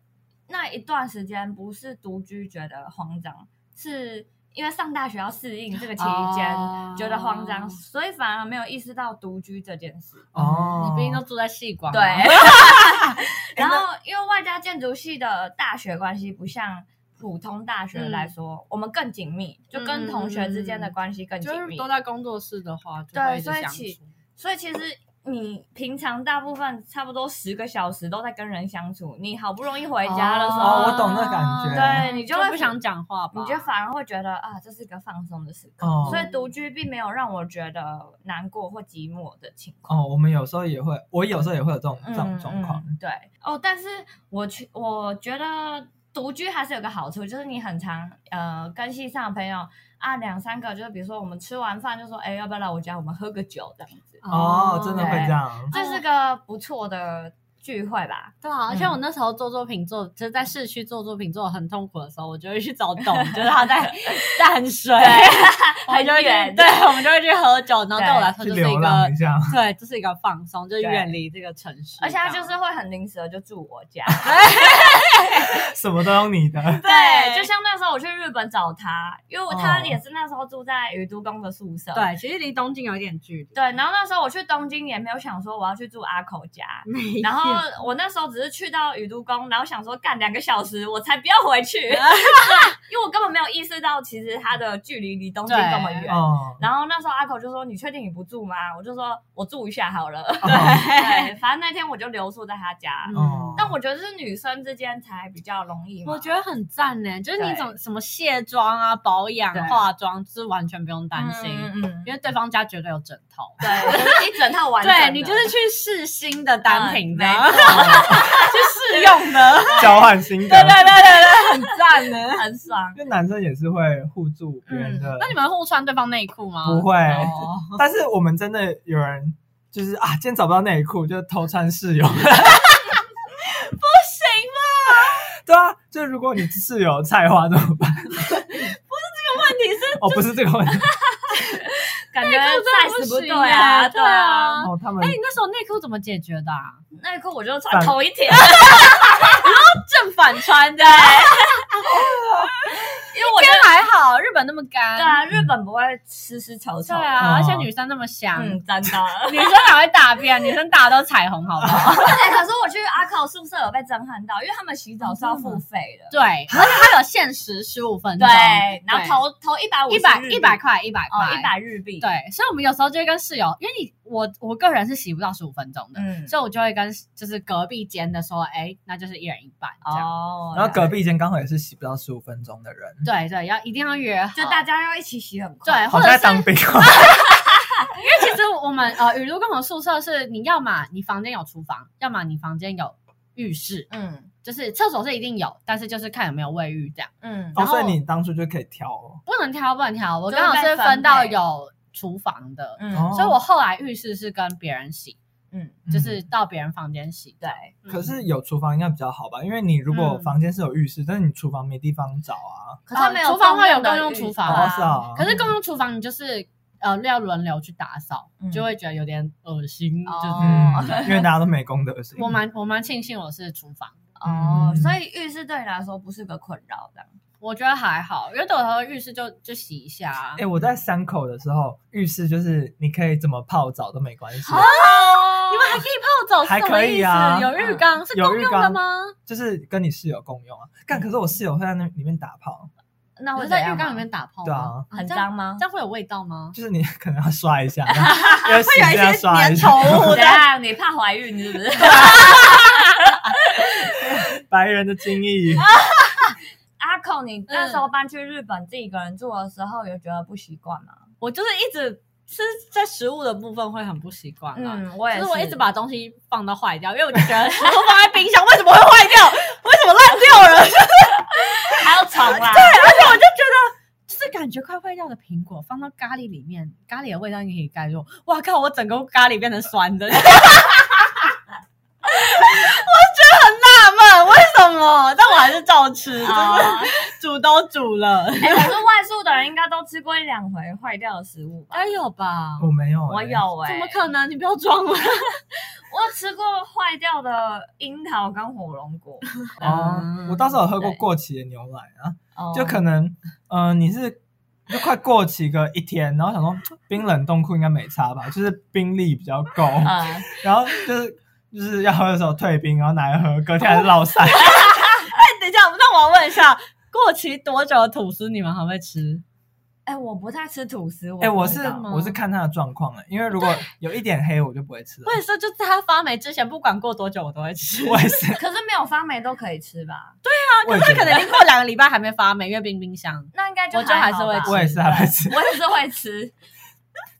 [SPEAKER 4] 那一段时间，不是独居觉得慌张，是因为上大学要适应这个期间。
[SPEAKER 3] 哦
[SPEAKER 4] 觉得慌张，所以反而没有意识到独居这件事。
[SPEAKER 2] 哦，
[SPEAKER 3] 你毕竟都住在戏馆嘛，
[SPEAKER 4] 对，然后因为外加建筑系的大学关系不像普通大学
[SPEAKER 3] 嗯
[SPEAKER 4] 来说，我们更紧密，就跟同学之间的关系更紧
[SPEAKER 3] 就是
[SPEAKER 4] 密。
[SPEAKER 3] 都在工作室的话，就会一
[SPEAKER 4] 对
[SPEAKER 3] 直
[SPEAKER 4] 所以
[SPEAKER 3] 相
[SPEAKER 4] 起
[SPEAKER 3] 处
[SPEAKER 4] 所以其实你平常大部分差不多十个小时都在跟人相处，你好不容易回家的时候，
[SPEAKER 2] 哦我懂那感觉
[SPEAKER 4] 对你就
[SPEAKER 3] 就
[SPEAKER 4] 会
[SPEAKER 3] 不想讲话吧？
[SPEAKER 4] 你就反而会觉得啊，这是一个放松的时刻。
[SPEAKER 2] 哦
[SPEAKER 4] 所以独居并没有让我觉得难过或寂寞的情况。嗯
[SPEAKER 2] 哦，我们有时候也会，
[SPEAKER 3] 嗯
[SPEAKER 2] 我有时候也会有这种这种状况。
[SPEAKER 4] 嗯嗯对哦，但是我去，我觉得独居还是有个好处，就是你很常呃跟系上的朋友啊两三个，就是比如说我们吃完饭就说，哎、要不要来我家，我们喝个酒这样子，
[SPEAKER 2] 哦，真
[SPEAKER 3] 嗯
[SPEAKER 2] 的会这样。
[SPEAKER 4] 这是个不错的聚会吧？
[SPEAKER 3] 对啊，而且我那时候做作品做，就是在市区做作品做得很痛苦的时候，我就会去找董， *laughs* 就是他在淡水， *laughs* 我们就会去
[SPEAKER 4] 很远
[SPEAKER 3] 对，我们就会去喝酒，然后对我来说
[SPEAKER 2] 去
[SPEAKER 3] 就是一
[SPEAKER 2] 流浪
[SPEAKER 3] 个
[SPEAKER 2] 一下，
[SPEAKER 3] 对，这是一个放松，就是
[SPEAKER 4] 对
[SPEAKER 3] 远离这个城市，
[SPEAKER 4] 而且他就是会很临时的就住我
[SPEAKER 3] *laughs*
[SPEAKER 4] 家，
[SPEAKER 2] 什么都用你的，
[SPEAKER 4] 对，就像那时候我去日本找他，因为我他
[SPEAKER 2] 哦
[SPEAKER 4] 也是那时候住在宇都宫的宿舍，
[SPEAKER 3] 嗯对，其实离东京有一点距离，
[SPEAKER 4] 对，然后那时候我去东京也没有想说我要去住阿口家，
[SPEAKER 3] 没
[SPEAKER 4] 然后我那时候只是去到宇都宫，然后想说干两个小时我才不要回
[SPEAKER 3] *laughs*
[SPEAKER 4] 去，对因为我根本没有意识到其实它的距离离东京这么远。
[SPEAKER 2] 哦，
[SPEAKER 4] 然后那时候阿口就说：“你确定你不住吗？”我就说：“我住一下好了。
[SPEAKER 3] *laughs*
[SPEAKER 2] 哦
[SPEAKER 4] 对，反正那天我就留宿在他家。
[SPEAKER 3] 嗯
[SPEAKER 2] 哦
[SPEAKER 4] 但我觉得是女生之间才比较容易嘛。
[SPEAKER 3] 我觉得很赞呢，就是你
[SPEAKER 4] 对
[SPEAKER 3] 怎么什么卸妆啊、保养、
[SPEAKER 4] 对
[SPEAKER 3] 化妆，就是完全不用担心，
[SPEAKER 4] 嗯嗯嗯
[SPEAKER 3] 因为对方家绝对有枕头。
[SPEAKER 4] 对，就是一整套完整的。
[SPEAKER 3] 对你就是去试新的单品的，
[SPEAKER 4] 嗯没
[SPEAKER 3] *laughs* 去试用的，
[SPEAKER 2] 交换心得。
[SPEAKER 3] 对对对对对，很赞呢。
[SPEAKER 4] 很爽。
[SPEAKER 2] 因为男生也是会互助别人的，
[SPEAKER 3] 嗯那你们互穿对方内裤吗？
[SPEAKER 2] 不会
[SPEAKER 3] 哦
[SPEAKER 2] 但是我们真的有人就是啊，今天找不到内裤，就偷穿室友。 *laughs*
[SPEAKER 3] 不行吗？
[SPEAKER 2] 对啊，就如果你室友菜花怎么办？ *laughs*
[SPEAKER 3] 问题是
[SPEAKER 2] 哦，不是这个
[SPEAKER 3] *laughs*
[SPEAKER 2] 问题
[SPEAKER 4] 感觉
[SPEAKER 3] 真的
[SPEAKER 4] size
[SPEAKER 3] 不
[SPEAKER 4] 不
[SPEAKER 3] 行
[SPEAKER 4] 对
[SPEAKER 3] 啊
[SPEAKER 4] 啊，对
[SPEAKER 3] 对
[SPEAKER 4] 啊
[SPEAKER 3] 啊。
[SPEAKER 2] 哦，他们
[SPEAKER 3] 哎，你那时候内裤怎么解决的啊？
[SPEAKER 4] 内裤我就
[SPEAKER 2] 反
[SPEAKER 4] 穿同一条，
[SPEAKER 3] 正反穿 *laughs* 的，
[SPEAKER 4] 因为我
[SPEAKER 3] 今
[SPEAKER 4] 觉
[SPEAKER 3] 天
[SPEAKER 4] 得
[SPEAKER 3] 还好，日本那么干。
[SPEAKER 4] 对啊，日本不会湿湿潮
[SPEAKER 3] 对
[SPEAKER 4] 潮。
[SPEAKER 3] 啊，
[SPEAKER 2] 哦
[SPEAKER 3] 而且女生那么香，
[SPEAKER 4] 嗯，
[SPEAKER 3] *laughs*
[SPEAKER 4] 真的。
[SPEAKER 3] 女生哪会大便？
[SPEAKER 4] *laughs*
[SPEAKER 3] 女生大家都彩虹，好不好？
[SPEAKER 4] 哎，可是我去阿考宿舍有被震撼到，因为他们洗澡是
[SPEAKER 3] 哦
[SPEAKER 4] 要付费的，
[SPEAKER 3] 对，而且它有限时十五分钟，
[SPEAKER 4] 对，然后投投一百五
[SPEAKER 3] 一百一百块，一百
[SPEAKER 4] 哦
[SPEAKER 3] 块，
[SPEAKER 4] 一。百日币，，
[SPEAKER 3] 对，所以我们有时候就会跟室友，因为你我我个人是洗不到十五分钟的，
[SPEAKER 4] 嗯，
[SPEAKER 3] 所以我就会跟就是隔壁间的说，哎，那就是一人一半这样。
[SPEAKER 4] 哦，
[SPEAKER 2] 然后隔壁间刚好也是洗不到十五分钟的人，
[SPEAKER 3] 对对，要一定要约好，
[SPEAKER 4] 就大家要一起洗很快，
[SPEAKER 3] 对，
[SPEAKER 2] 好
[SPEAKER 3] 或者
[SPEAKER 2] 像在
[SPEAKER 3] 是
[SPEAKER 2] 当兵
[SPEAKER 3] *laughs*
[SPEAKER 2] 哦。
[SPEAKER 3] 因为其实我们呃雨露跟我宿舍是你要么你房间有厨房，要么你房间有浴室，
[SPEAKER 4] 嗯
[SPEAKER 3] 就是厕所是一定有，但是就是看有没有卫浴这样。
[SPEAKER 4] 嗯，
[SPEAKER 2] 哦，
[SPEAKER 3] 然后
[SPEAKER 2] 所以你当初就可以挑哦。
[SPEAKER 3] 不能挑，不能挑。我
[SPEAKER 4] 就是
[SPEAKER 3] 刚好
[SPEAKER 4] 被
[SPEAKER 3] 是
[SPEAKER 4] 分
[SPEAKER 3] 分到
[SPEAKER 4] 配
[SPEAKER 3] 有厨房的，
[SPEAKER 4] 嗯
[SPEAKER 2] 哦
[SPEAKER 3] 所以我后来浴室是跟别人洗，
[SPEAKER 4] 嗯，
[SPEAKER 3] 就是到别人房间洗。
[SPEAKER 4] 对，
[SPEAKER 3] 嗯
[SPEAKER 2] 可是有厨房应该比较好吧？因为你如果
[SPEAKER 3] 嗯
[SPEAKER 2] 房间是有浴室，但是你厨房没地方找啊。
[SPEAKER 4] 可是他们有
[SPEAKER 3] 哦厨房会有
[SPEAKER 4] 的
[SPEAKER 3] 公用
[SPEAKER 4] 浴
[SPEAKER 3] 厨房
[SPEAKER 2] 哦，
[SPEAKER 3] 啊
[SPEAKER 2] 是，啊。
[SPEAKER 3] 可是公用厨房你就是呃要轮流去打扫，
[SPEAKER 4] 嗯
[SPEAKER 3] 就会觉得有点恶心。
[SPEAKER 4] 哦
[SPEAKER 3] 就是
[SPEAKER 2] 嗯， *laughs* 因为大家都没功德心。
[SPEAKER 3] 我蛮我蛮庆幸我是厨房，
[SPEAKER 4] 哦
[SPEAKER 2] 嗯，
[SPEAKER 4] 所以浴室对你来说不是个困扰的，
[SPEAKER 3] 我觉得还好，因为有时候浴室就就洗一下啊
[SPEAKER 2] 哎、。我在山口的时候，浴室就是你可以怎么泡澡都没关系，
[SPEAKER 3] 啊
[SPEAKER 4] 哦
[SPEAKER 3] 你们还可以泡澡是
[SPEAKER 2] 还
[SPEAKER 3] 什么
[SPEAKER 2] 可
[SPEAKER 3] 意
[SPEAKER 2] 以
[SPEAKER 3] 思？
[SPEAKER 2] 啊
[SPEAKER 3] 有浴缸是
[SPEAKER 2] 有
[SPEAKER 3] 公
[SPEAKER 2] 浴
[SPEAKER 3] 用的
[SPEAKER 2] 缸
[SPEAKER 3] 吗？
[SPEAKER 2] 就是跟你室友共用啊。干，
[SPEAKER 3] 嗯
[SPEAKER 2] 可是我室友会在那里面打泡，
[SPEAKER 4] 那
[SPEAKER 3] 我
[SPEAKER 4] 会
[SPEAKER 3] 是
[SPEAKER 4] 怎
[SPEAKER 3] 在
[SPEAKER 4] 样
[SPEAKER 3] 浴缸
[SPEAKER 4] 吗
[SPEAKER 3] 里面打泡
[SPEAKER 2] 对
[SPEAKER 3] 吗？
[SPEAKER 2] 啊，
[SPEAKER 4] 很
[SPEAKER 3] 这样
[SPEAKER 4] 脏吗
[SPEAKER 3] 这？样会有味道吗？
[SPEAKER 2] 就是你可能要刷一
[SPEAKER 3] *laughs*
[SPEAKER 2] 下，要洗一下刷一下，
[SPEAKER 4] 怎样？你怕怀孕是不 *laughs* 是？
[SPEAKER 2] *laughs* 白人的精
[SPEAKER 3] *laughs*
[SPEAKER 2] 液。
[SPEAKER 3] 啊
[SPEAKER 4] 阿寇，你那时候搬去日本自己一个人住的时候，有觉得不习惯吗？
[SPEAKER 3] 我就是一直是在食物的部分会很不习惯啊。
[SPEAKER 4] 嗯，我也
[SPEAKER 3] 就是我一直把东西放到坏掉，因为我就觉得食物放在冰箱为什么会坏掉， *laughs* 为什么烂掉了？
[SPEAKER 4] 还有虫啦，
[SPEAKER 3] 就是感觉快坏掉的苹果放到咖喱里面，咖喱的味道你可以盖住。哇靠！我整个咖喱变成酸的，我觉 *laughs* 得很纳闷，为什么？但我还是照吃，就是
[SPEAKER 4] 哦
[SPEAKER 3] *laughs* 煮都煮了，
[SPEAKER 4] 哎、可是外宿的人应该都吃过一两回坏掉的食物吧？
[SPEAKER 3] 该有哎吧？
[SPEAKER 2] 我没有、欸
[SPEAKER 4] 我，有哎、
[SPEAKER 3] 怎么可能？你不要装了。 *laughs*
[SPEAKER 4] 我有吃过坏掉的樱桃跟火龙果，
[SPEAKER 2] 哦、
[SPEAKER 3] 嗯
[SPEAKER 2] 我倒是有喝过
[SPEAKER 4] 对
[SPEAKER 2] 过期的牛奶啊，
[SPEAKER 4] 哦
[SPEAKER 2] 就可能，呃，你是就快过期个一天，然后想说冰冷冻库应该没差吧，就是冰力比较够，
[SPEAKER 4] 嗯，
[SPEAKER 2] 然后就是就是要喝的时候退冰，然后拿来喝，隔天还是落晒。
[SPEAKER 3] 等一下，那我要问一下，过期多久的吐司你们还会吃？
[SPEAKER 4] 哎、我不太吃吐司，
[SPEAKER 2] 哎、我
[SPEAKER 4] 不
[SPEAKER 2] 是
[SPEAKER 4] 知道
[SPEAKER 3] 吗
[SPEAKER 2] 我是看它的状况哎，因为如果有一点黑，我就不会吃了
[SPEAKER 3] 我。也是，就在它发霉之前，不管过多久我都
[SPEAKER 1] *laughs*
[SPEAKER 3] 会吃。
[SPEAKER 2] 我也是，
[SPEAKER 4] *laughs* 可是没啊有发霉都可以吃吧？
[SPEAKER 2] 我也
[SPEAKER 3] 它
[SPEAKER 2] 觉
[SPEAKER 3] 可
[SPEAKER 2] 得
[SPEAKER 3] 能已经过两个礼拜还没发霉，因为冰冰箱。
[SPEAKER 4] 那应该就
[SPEAKER 3] 我就还是
[SPEAKER 4] 好吧
[SPEAKER 3] 会吃
[SPEAKER 2] 我也是还会吃。
[SPEAKER 4] 我也是会吃，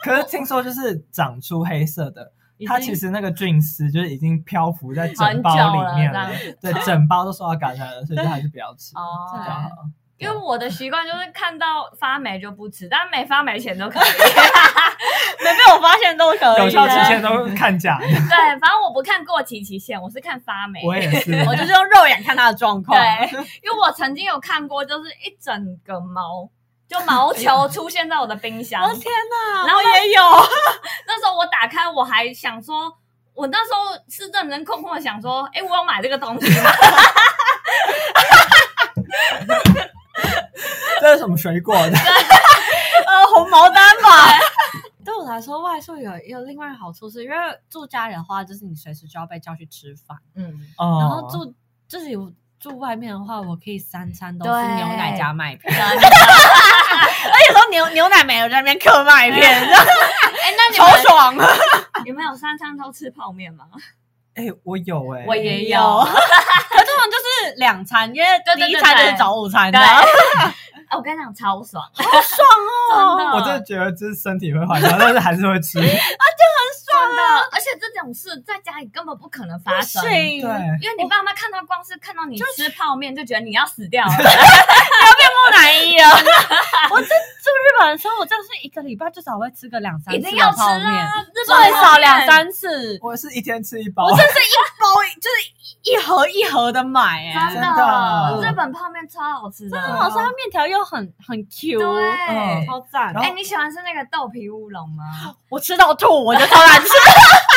[SPEAKER 2] 可是听说就是长出黑色的，
[SPEAKER 3] 已
[SPEAKER 2] 它
[SPEAKER 3] 经
[SPEAKER 2] 其实那个菌丝就是已经漂浮在整
[SPEAKER 4] 很
[SPEAKER 2] 包
[SPEAKER 4] 久
[SPEAKER 2] 里面了，
[SPEAKER 4] 了这样
[SPEAKER 2] 对，整包都受到感染了，所以就还是不要吃。啊
[SPEAKER 4] 哦
[SPEAKER 2] 这样
[SPEAKER 4] 因为我的习惯就是看到发霉就不吃，但没发霉前都可以。
[SPEAKER 1] *laughs* 没被我发现都可以。
[SPEAKER 2] 有效期限都看假的，
[SPEAKER 4] *laughs* 对，反正我不看过期期限，我是看发霉。
[SPEAKER 2] 我也是。
[SPEAKER 1] 我就是用肉眼看它的状况。
[SPEAKER 4] 对，因为我曾经有看过，就是一整个毛，就毛球出现在我的冰箱。
[SPEAKER 1] 哦我天哪，
[SPEAKER 4] 然后
[SPEAKER 1] 我也有，
[SPEAKER 4] 那时候我打开，我还想说，我那时候是认真空空的想说，哎、我有买这个东西吗？
[SPEAKER 2] 这是什么水果的？
[SPEAKER 1] 呃，
[SPEAKER 3] 哦
[SPEAKER 1] 红毛丹吧，
[SPEAKER 3] *laughs* 对我来说，外宿有也有另外一个好处是，因为住家里的话，就是你随时就要被叫去吃饭，
[SPEAKER 4] 嗯，
[SPEAKER 3] 然
[SPEAKER 2] 哦
[SPEAKER 3] 后，住自己住外面的话，我可以三餐都是
[SPEAKER 4] 对
[SPEAKER 3] 牛奶加麦片。
[SPEAKER 4] 真
[SPEAKER 3] *laughs*
[SPEAKER 4] 的
[SPEAKER 1] 而且说牛牛奶没有在那边嗑麦片，
[SPEAKER 4] 哎、那你
[SPEAKER 1] 超
[SPEAKER 4] 们
[SPEAKER 1] 爽啊！
[SPEAKER 4] 你们有三餐都吃泡面吗？
[SPEAKER 2] 哎，我有哎，
[SPEAKER 4] 我也有， *laughs*
[SPEAKER 3] 可这种就是两餐，因为
[SPEAKER 4] 对对
[SPEAKER 1] 第
[SPEAKER 4] 对
[SPEAKER 1] 一餐就是早午餐，
[SPEAKER 3] 啊
[SPEAKER 1] 然后
[SPEAKER 4] 对，啊我跟你讲超爽，好爽哦！
[SPEAKER 2] 我真
[SPEAKER 4] 真
[SPEAKER 2] 的
[SPEAKER 4] 的，
[SPEAKER 2] 觉得就是身体会坏掉，但是还是会吃。
[SPEAKER 4] 真的，而且这种事在家里根本不可能发生。
[SPEAKER 1] 行，
[SPEAKER 2] 对，
[SPEAKER 1] 木
[SPEAKER 4] 因为你爸妈看到光是看到你吃泡面，就觉得你要死 *laughs* 掉了。
[SPEAKER 1] 乃伊啊，
[SPEAKER 3] *laughs* 我在住日本的时候，我真的是一个礼拜至少会吃个两三
[SPEAKER 4] 一
[SPEAKER 3] 次
[SPEAKER 4] 定
[SPEAKER 3] 的
[SPEAKER 4] 要吃
[SPEAKER 3] 泡面，
[SPEAKER 4] 啊，日本
[SPEAKER 3] 最少
[SPEAKER 4] 泡面
[SPEAKER 3] 两。三次。
[SPEAKER 2] 我是一天吃一包，
[SPEAKER 1] 包就是一盒一盒的买，哎，
[SPEAKER 4] 真
[SPEAKER 2] 真的
[SPEAKER 4] 的，日本泡面超好吃的，
[SPEAKER 3] 很好吃，它面条又很很 Q，嗯
[SPEAKER 4] 对
[SPEAKER 3] 超赞。
[SPEAKER 2] 然后
[SPEAKER 4] 哎，你喜欢吃那个豆皮乌龙吗？
[SPEAKER 1] 我吃到吐，我就超难吃。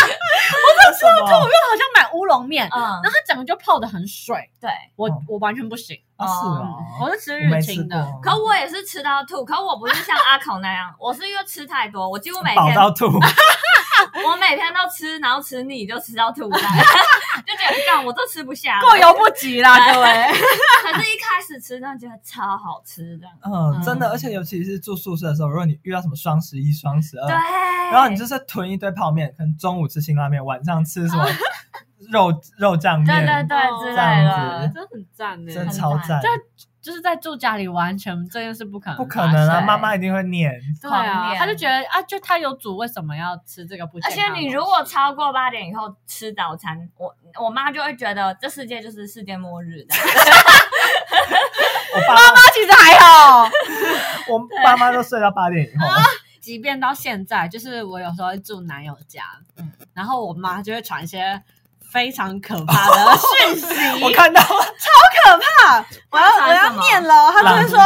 [SPEAKER 2] 吃到
[SPEAKER 3] 我又 *laughs* 好像买乌龙面，
[SPEAKER 4] 嗯
[SPEAKER 3] 然，后它整个就泡的很水，
[SPEAKER 4] 对。
[SPEAKER 3] 我
[SPEAKER 2] 嗯
[SPEAKER 3] 我完全不行。嗯
[SPEAKER 2] 啊，是哦，
[SPEAKER 3] 我是吃
[SPEAKER 2] 我没
[SPEAKER 3] 日
[SPEAKER 2] 吃
[SPEAKER 3] 清的，
[SPEAKER 2] 过，
[SPEAKER 4] 可我也是吃到吐，可我不是像阿口那样，我是因为吃太多，我几乎每
[SPEAKER 2] 饱
[SPEAKER 4] 天
[SPEAKER 2] 到吐。
[SPEAKER 4] 我每天都吃，然后吃腻就吃到吐， *laughs* 就觉得干我都吃不下了。
[SPEAKER 1] 过犹不及
[SPEAKER 3] *laughs*
[SPEAKER 1] 啦，各位。
[SPEAKER 4] 可是一开始吃真的觉得超好吃的，
[SPEAKER 2] 嗯，真的，
[SPEAKER 3] 嗯
[SPEAKER 2] 而且尤其是住宿舍的时候，如果你遇到什么双十一、双十二
[SPEAKER 4] 对。，然
[SPEAKER 2] 嗯然后你就是囤一堆泡面，可能中午吃辛拉面，晚上吃
[SPEAKER 3] *laughs*
[SPEAKER 2] 什么肉肉酱
[SPEAKER 4] 对
[SPEAKER 2] 面，
[SPEAKER 4] 对对
[SPEAKER 3] 哦
[SPEAKER 4] 之
[SPEAKER 2] 这样
[SPEAKER 4] 类
[SPEAKER 2] 子
[SPEAKER 4] 的，
[SPEAKER 3] 真的很赞呢
[SPEAKER 2] 真
[SPEAKER 4] 很
[SPEAKER 2] 超赞
[SPEAKER 4] 赞，
[SPEAKER 3] 就是在住家里完全这件事不可能，
[SPEAKER 2] 不可能啊！
[SPEAKER 4] 对
[SPEAKER 2] 妈妈一定会念。
[SPEAKER 3] 对
[SPEAKER 4] 狂
[SPEAKER 3] 啊，
[SPEAKER 4] 恋
[SPEAKER 3] 他就觉得啊，就他有煮，为什么要吃这个不
[SPEAKER 4] 而
[SPEAKER 3] 健
[SPEAKER 4] 且
[SPEAKER 3] 康的东西？
[SPEAKER 4] 你如果超过八点以后吃早餐，我我妈就会觉得这世界就是世界末日 *laughs* 的。
[SPEAKER 2] 我爸
[SPEAKER 1] *laughs*
[SPEAKER 2] 妈，
[SPEAKER 1] 那其实还好，
[SPEAKER 2] 我爸妈都睡到八点以
[SPEAKER 3] 啊
[SPEAKER 2] 后，
[SPEAKER 3] *laughs* 即便到现在，就是我有时候会住男友家，嗯，然后我妈就会传一些非常可怕的
[SPEAKER 1] *laughs*
[SPEAKER 3] 讯息，
[SPEAKER 2] 我
[SPEAKER 3] *laughs*
[SPEAKER 2] 看到
[SPEAKER 1] 可怕！我要
[SPEAKER 4] 他
[SPEAKER 1] 我
[SPEAKER 4] 传什
[SPEAKER 1] 要
[SPEAKER 4] 么
[SPEAKER 1] 念了，他就
[SPEAKER 2] 懒
[SPEAKER 1] 会
[SPEAKER 2] 得
[SPEAKER 1] 说，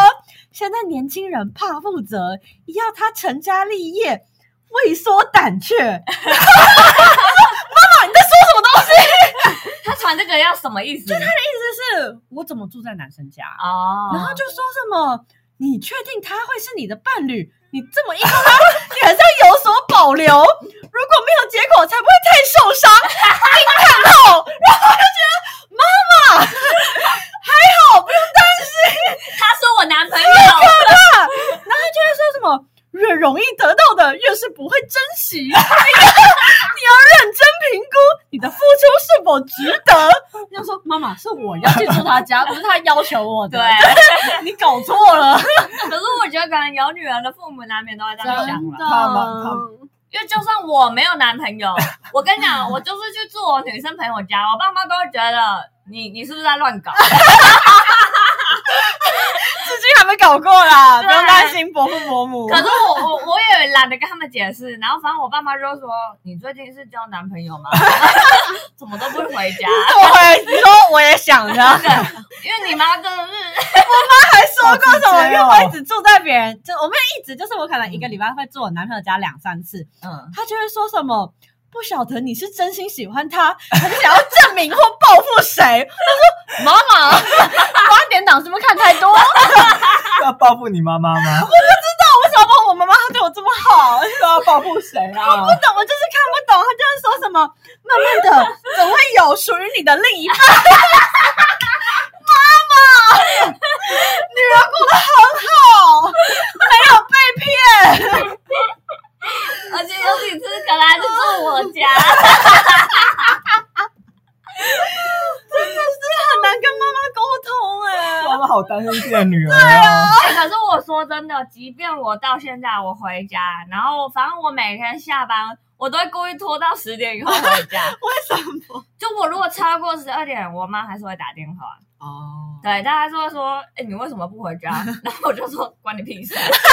[SPEAKER 1] 现在年轻人怕负责，要他成家立业，畏缩胆
[SPEAKER 3] *laughs*
[SPEAKER 1] 怯。妈妈，你在说什么东西？
[SPEAKER 4] 她传这个要什么意思？
[SPEAKER 3] 就是我怎么住在男生家，
[SPEAKER 4] 哦，
[SPEAKER 3] 然后就说什么你确定他会是你的伴侣？你这么一说他，你还是要有所保留。
[SPEAKER 1] 如果没有结果，才不会太受伤。惊叹号！然后我就觉得妈妈还好，不用担心。
[SPEAKER 4] 她说我男朋友，
[SPEAKER 1] 然后他就会说什么。越容易得到的，越是不会珍惜。 *laughs* 你要认真评估你的付出是否值得。
[SPEAKER 3] 要说妈妈是我要去住他家，不是他要求我的。
[SPEAKER 1] *laughs*
[SPEAKER 4] 对。
[SPEAKER 1] 你搞错了，
[SPEAKER 4] *laughs* 可是我觉得可能有女儿的父母难免都会这
[SPEAKER 3] 真
[SPEAKER 4] 样想。啊
[SPEAKER 3] 的，
[SPEAKER 2] 他们他
[SPEAKER 3] 哦
[SPEAKER 2] 们
[SPEAKER 4] 因为就算我没有男朋友， *laughs* 我跟你讲，我就是去住我女生朋友家，我爸妈都会觉得你你是不是在乱搞？
[SPEAKER 1] 至今还没搞过啦，
[SPEAKER 4] 对
[SPEAKER 1] 不用担心伯父伯母。
[SPEAKER 4] 可是我我我也懒得跟他们解释，然后反正我爸妈就说你最近是交男朋友吗？ *laughs* 怎么都不回家，
[SPEAKER 1] 对，你说我也想着，还
[SPEAKER 4] 因为你妈真的是。 *laughs*
[SPEAKER 1] 说过什
[SPEAKER 2] 好
[SPEAKER 1] 么？
[SPEAKER 2] 直
[SPEAKER 1] 因为
[SPEAKER 2] 接哦
[SPEAKER 1] 我一直住在别人，
[SPEAKER 3] 就我妹一直就是我可能一个礼拜会住我男朋友家两三次，
[SPEAKER 4] 嗯，
[SPEAKER 3] 她就会说什么不晓得你是真心喜欢他， *laughs*
[SPEAKER 1] 还是想要证明或报复谁。他说：“妈妈，八点档是不是看太多？我
[SPEAKER 2] 要报复你妈妈吗？
[SPEAKER 3] *laughs*
[SPEAKER 1] 为什么帮我妈妈？她对我这么好？我
[SPEAKER 2] 又要报复谁啊？
[SPEAKER 1] 不懂，我就是看不懂。”她就是说什么：“慢慢的，总会有属于你的另一半。”妈妈，女儿过得很好，没有被骗。
[SPEAKER 4] 而且有几次可能还是住我家，
[SPEAKER 1] 很难跟妈妈沟通哎、
[SPEAKER 3] 啊
[SPEAKER 1] *laughs*
[SPEAKER 2] 妈妈好担心自己的女儿啊！
[SPEAKER 4] 哎可是我说真的，即便我到现在我回家，然后反正我每天下班，我都会故意拖到十点以后回家。为什么？就我如果超过十二点，我妈还是会打电话。
[SPEAKER 3] 哦，
[SPEAKER 4] 对，大家就会说：“哎、你为什么不回家？” *laughs* 然后我就说：“关你屁事。啊
[SPEAKER 3] *laughs*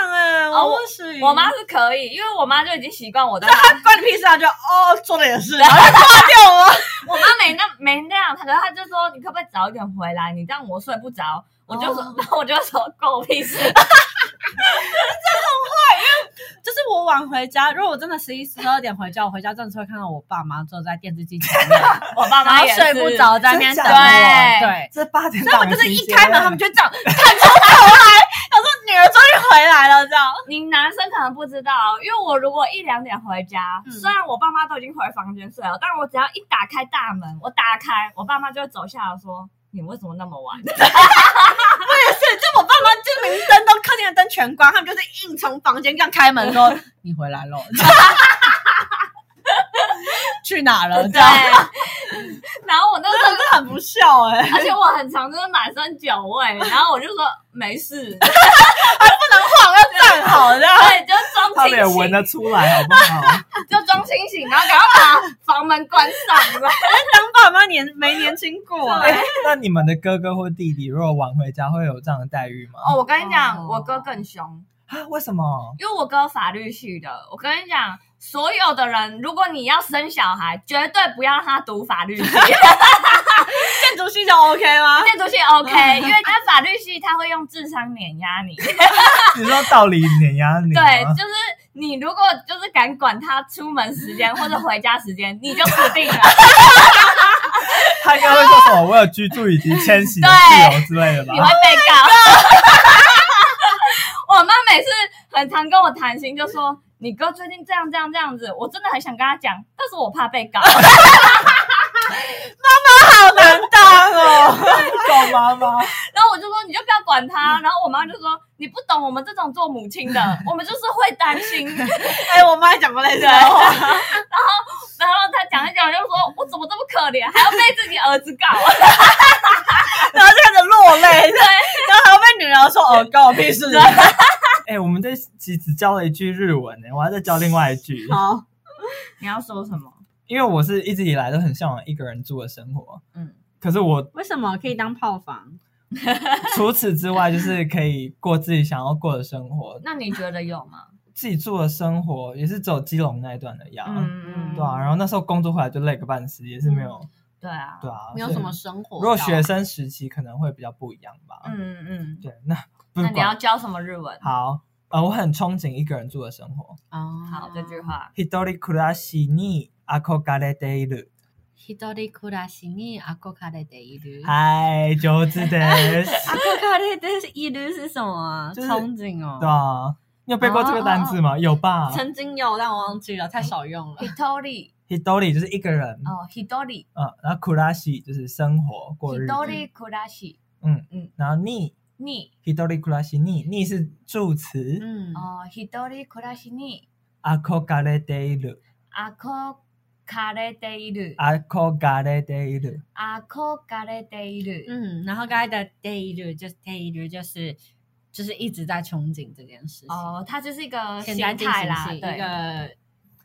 [SPEAKER 1] 讲哎，
[SPEAKER 4] 哦
[SPEAKER 1] 我不行”，
[SPEAKER 4] 我妈是可以，因为我妈就已经习惯我在。
[SPEAKER 1] 关你屁事啊！就哦，说的也是，然后就挂掉了。
[SPEAKER 4] *laughs* 我妈没那没那样，她可是她就说：“你可不可以早一点回来？你让我睡不着。”我就
[SPEAKER 3] 哦
[SPEAKER 4] 说，然 *laughs* 后我就说关我
[SPEAKER 3] *laughs*
[SPEAKER 4] 屁事。
[SPEAKER 3] *laughs* 就是我晚回家，如果我真的十一十二点回家，我回家真的是会看到我爸妈坐在电视机前面，
[SPEAKER 4] 我爸
[SPEAKER 3] *laughs* 然
[SPEAKER 4] 妈
[SPEAKER 3] 后
[SPEAKER 4] 也是
[SPEAKER 3] 睡不，着在那边
[SPEAKER 2] 真
[SPEAKER 3] 等
[SPEAKER 2] 假
[SPEAKER 3] 我。
[SPEAKER 2] 的
[SPEAKER 4] 对
[SPEAKER 3] 对，
[SPEAKER 2] 这八点
[SPEAKER 3] 所以
[SPEAKER 2] 档
[SPEAKER 3] 我
[SPEAKER 2] 的
[SPEAKER 3] 就是
[SPEAKER 2] 情
[SPEAKER 3] 一
[SPEAKER 2] 节
[SPEAKER 3] 开门，他们就这样探出头来，想说女儿终于回来了，这样。
[SPEAKER 4] 你男生可能不知道，因为我如果一两点回家，
[SPEAKER 3] 嗯
[SPEAKER 4] 虽然我爸妈都已经回房间睡了，但我只要一打开大门，我打开，我爸妈就会走下来说：“你为什么那么晚？”
[SPEAKER 3] 对，就我爸妈就明灯都客厅的灯全关，他们就是硬从房间这样开门 *laughs* 说：“你回来喽。”去哪了？这
[SPEAKER 4] 对
[SPEAKER 3] 样，
[SPEAKER 4] *laughs*
[SPEAKER 3] *laughs*
[SPEAKER 4] 然后我那时候
[SPEAKER 1] 真的很不孝哎、
[SPEAKER 4] 而且我很常就是满身酒味，然后我就说没事，
[SPEAKER 1] 晃要站好这样。
[SPEAKER 4] 对，就装
[SPEAKER 2] 差
[SPEAKER 4] 清
[SPEAKER 2] 点闻啊
[SPEAKER 4] 醒，
[SPEAKER 2] 得出来，好不好？
[SPEAKER 3] *laughs*
[SPEAKER 4] 就装清醒，然后赶快把房门关上。
[SPEAKER 1] 当爸妈年没年轻过、
[SPEAKER 2] 哎
[SPEAKER 1] 哎，
[SPEAKER 2] 那你们的哥哥或弟弟如果晚回家会有这样的待遇吗？
[SPEAKER 4] 哦，我跟你讲，
[SPEAKER 3] 哦
[SPEAKER 4] 我哥更凶，
[SPEAKER 2] 啊，为什么？
[SPEAKER 4] 因为我哥法律系的。我跟你讲，所有的人，如果你要生小孩，绝对不要让他读法律系，
[SPEAKER 1] 建筑系就 OK 吗？
[SPEAKER 4] 念读系 OK，因为他法律系他会用智商碾压你。
[SPEAKER 2] 你说道理碾压你吗？
[SPEAKER 4] 对，就是你如果就是敢管他出门时间或者回家时间，你就死定了。
[SPEAKER 2] 他应该会说什么？我有居住以及迁徙的自由之类的
[SPEAKER 4] 你会
[SPEAKER 2] 吧？
[SPEAKER 4] 被告。，Oh *laughs* 我妈每次很常跟我谈心，就说你哥最近这样这样这样子，我真的很想跟他讲，但是我怕被 *laughs* 告。
[SPEAKER 1] 好难当哦。
[SPEAKER 2] 狗妈妈，
[SPEAKER 4] 然后我就说你就不要管 *laughs* 他。然后我妈就说你不懂我们这种做母亲 *laughs* 的，我们就是会担 *laughs* 心。
[SPEAKER 1] 哎、我妈也讲过类似的话，
[SPEAKER 4] 然后他讲一讲就说，我怎么这么可怜，还要被自己儿子 *laughs* 告？
[SPEAKER 1] 然后就开始落泪，然后还要被女儿说：“哦，关我屁事。
[SPEAKER 2] 哎、我们这集只教了一句日文呢、欸我还在教另外一句”，
[SPEAKER 1] 好，
[SPEAKER 4] 你要说什么？
[SPEAKER 2] 因为我是一直以来都很向往一个人住的生活。
[SPEAKER 4] 嗯，
[SPEAKER 2] 可是我
[SPEAKER 3] 为什么可以当炮房？
[SPEAKER 2] 除此之外，就是可以过自己想要过的生活。
[SPEAKER 4] 那你觉得有吗？
[SPEAKER 2] 自己住的生活也是走基隆那一段的呀，
[SPEAKER 4] 嗯
[SPEAKER 2] 对啊。然后那时候工作回来就累个半死，也是没有，
[SPEAKER 4] 对啊，
[SPEAKER 2] 对啊。
[SPEAKER 3] 你有
[SPEAKER 2] 所以
[SPEAKER 3] 什么生活？
[SPEAKER 2] 如果学，生时期可能会比较不一样吧。
[SPEAKER 4] 嗯嗯嗯。
[SPEAKER 2] 对，那不
[SPEAKER 4] 那
[SPEAKER 2] 管
[SPEAKER 4] 你要教什么日文？
[SPEAKER 2] 好，呃，我很憧憬一个人住的生活。
[SPEAKER 3] 哦，
[SPEAKER 4] *laughs* 好，这句。话。
[SPEAKER 2] 一人暮らしに憧れている。
[SPEAKER 3] 一人暮らしに憧れている。
[SPEAKER 2] 嗨，九子です。
[SPEAKER 3] 憧れている是什么啊？
[SPEAKER 2] 就是
[SPEAKER 3] 憧憬哦。
[SPEAKER 2] 对啊，你有背过这个单
[SPEAKER 4] 哦
[SPEAKER 2] 字吗？有吧？
[SPEAKER 3] 曾经有，但我忘记了，太少用
[SPEAKER 2] *laughs*
[SPEAKER 3] 了。
[SPEAKER 4] Hitori
[SPEAKER 2] 一人就是一个人，
[SPEAKER 4] 哦，Hitori
[SPEAKER 2] 嗯，然后暮らし就是生活过日子，
[SPEAKER 4] Hitori kurashi
[SPEAKER 2] 嗯
[SPEAKER 4] 嗯
[SPEAKER 2] 嗯，然后に
[SPEAKER 4] 你
[SPEAKER 2] 一人暮らしにに是助词，
[SPEAKER 3] 嗯，
[SPEAKER 4] 哦，Hitori kurashi 你
[SPEAKER 2] 憧れている，
[SPEAKER 4] 憧れている
[SPEAKER 2] 憧れている，
[SPEAKER 4] 憧れている。
[SPEAKER 3] 嗯，然后刚才的 daily 就是 daily 就是就是一直在憧憬这件事情，
[SPEAKER 4] 哦，它就是一个
[SPEAKER 3] 现
[SPEAKER 4] 形
[SPEAKER 3] 在进
[SPEAKER 4] 态
[SPEAKER 3] 行
[SPEAKER 4] 啦，
[SPEAKER 3] 是一
[SPEAKER 4] 对，
[SPEAKER 3] 个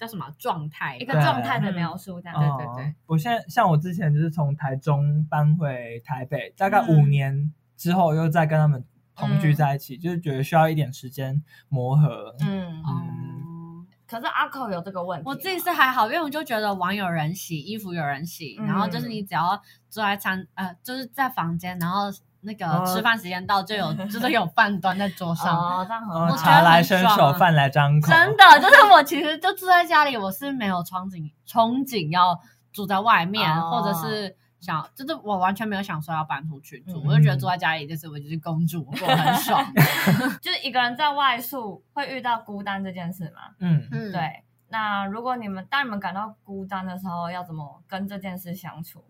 [SPEAKER 3] 叫什么状态吧，
[SPEAKER 4] 一个
[SPEAKER 2] 对
[SPEAKER 4] 状态的描述这样。
[SPEAKER 3] 啊对对
[SPEAKER 2] 哦
[SPEAKER 3] 对。
[SPEAKER 2] 我现在像我之前就是从台中搬回台北，大概五
[SPEAKER 3] 嗯
[SPEAKER 2] 年之后又再跟他们同居
[SPEAKER 4] 嗯
[SPEAKER 2] 在一起，就是觉得需要一点时间磨合。
[SPEAKER 4] 嗯，
[SPEAKER 3] 哦，
[SPEAKER 4] 可是阿口有这个问题吗，
[SPEAKER 3] 我自己是还好，因为我就觉得网有人洗，衣服有人洗，
[SPEAKER 4] 嗯
[SPEAKER 3] 然后就是你只要坐在餐呃，就是在房间，然后那个
[SPEAKER 2] 哦
[SPEAKER 3] 吃饭时间到就有，
[SPEAKER 4] *laughs*
[SPEAKER 3] 就是有饭端在桌上。
[SPEAKER 4] 哦，这样很
[SPEAKER 2] 嗯，
[SPEAKER 4] 好
[SPEAKER 3] 觉得
[SPEAKER 2] 茶来
[SPEAKER 3] 很
[SPEAKER 2] 伸
[SPEAKER 3] 爽
[SPEAKER 2] 手，
[SPEAKER 3] 啊
[SPEAKER 2] 饭来张口。
[SPEAKER 3] 真的，就是我其实就住在家里，我是没有憧憬憧憬要住在外面，
[SPEAKER 4] 哦
[SPEAKER 3] 或者是想，就是我完全没有想说要搬出去住，
[SPEAKER 4] 嗯
[SPEAKER 3] 我就觉得住在家里就是我就是公主，我过得很爽。
[SPEAKER 4] *laughs* 就是一个人在外宿会遇到孤单这件事嘛？
[SPEAKER 2] 嗯，
[SPEAKER 3] 嗯，
[SPEAKER 4] 对。那如果你们当你们感到孤单的时候，要怎么跟这件事相处？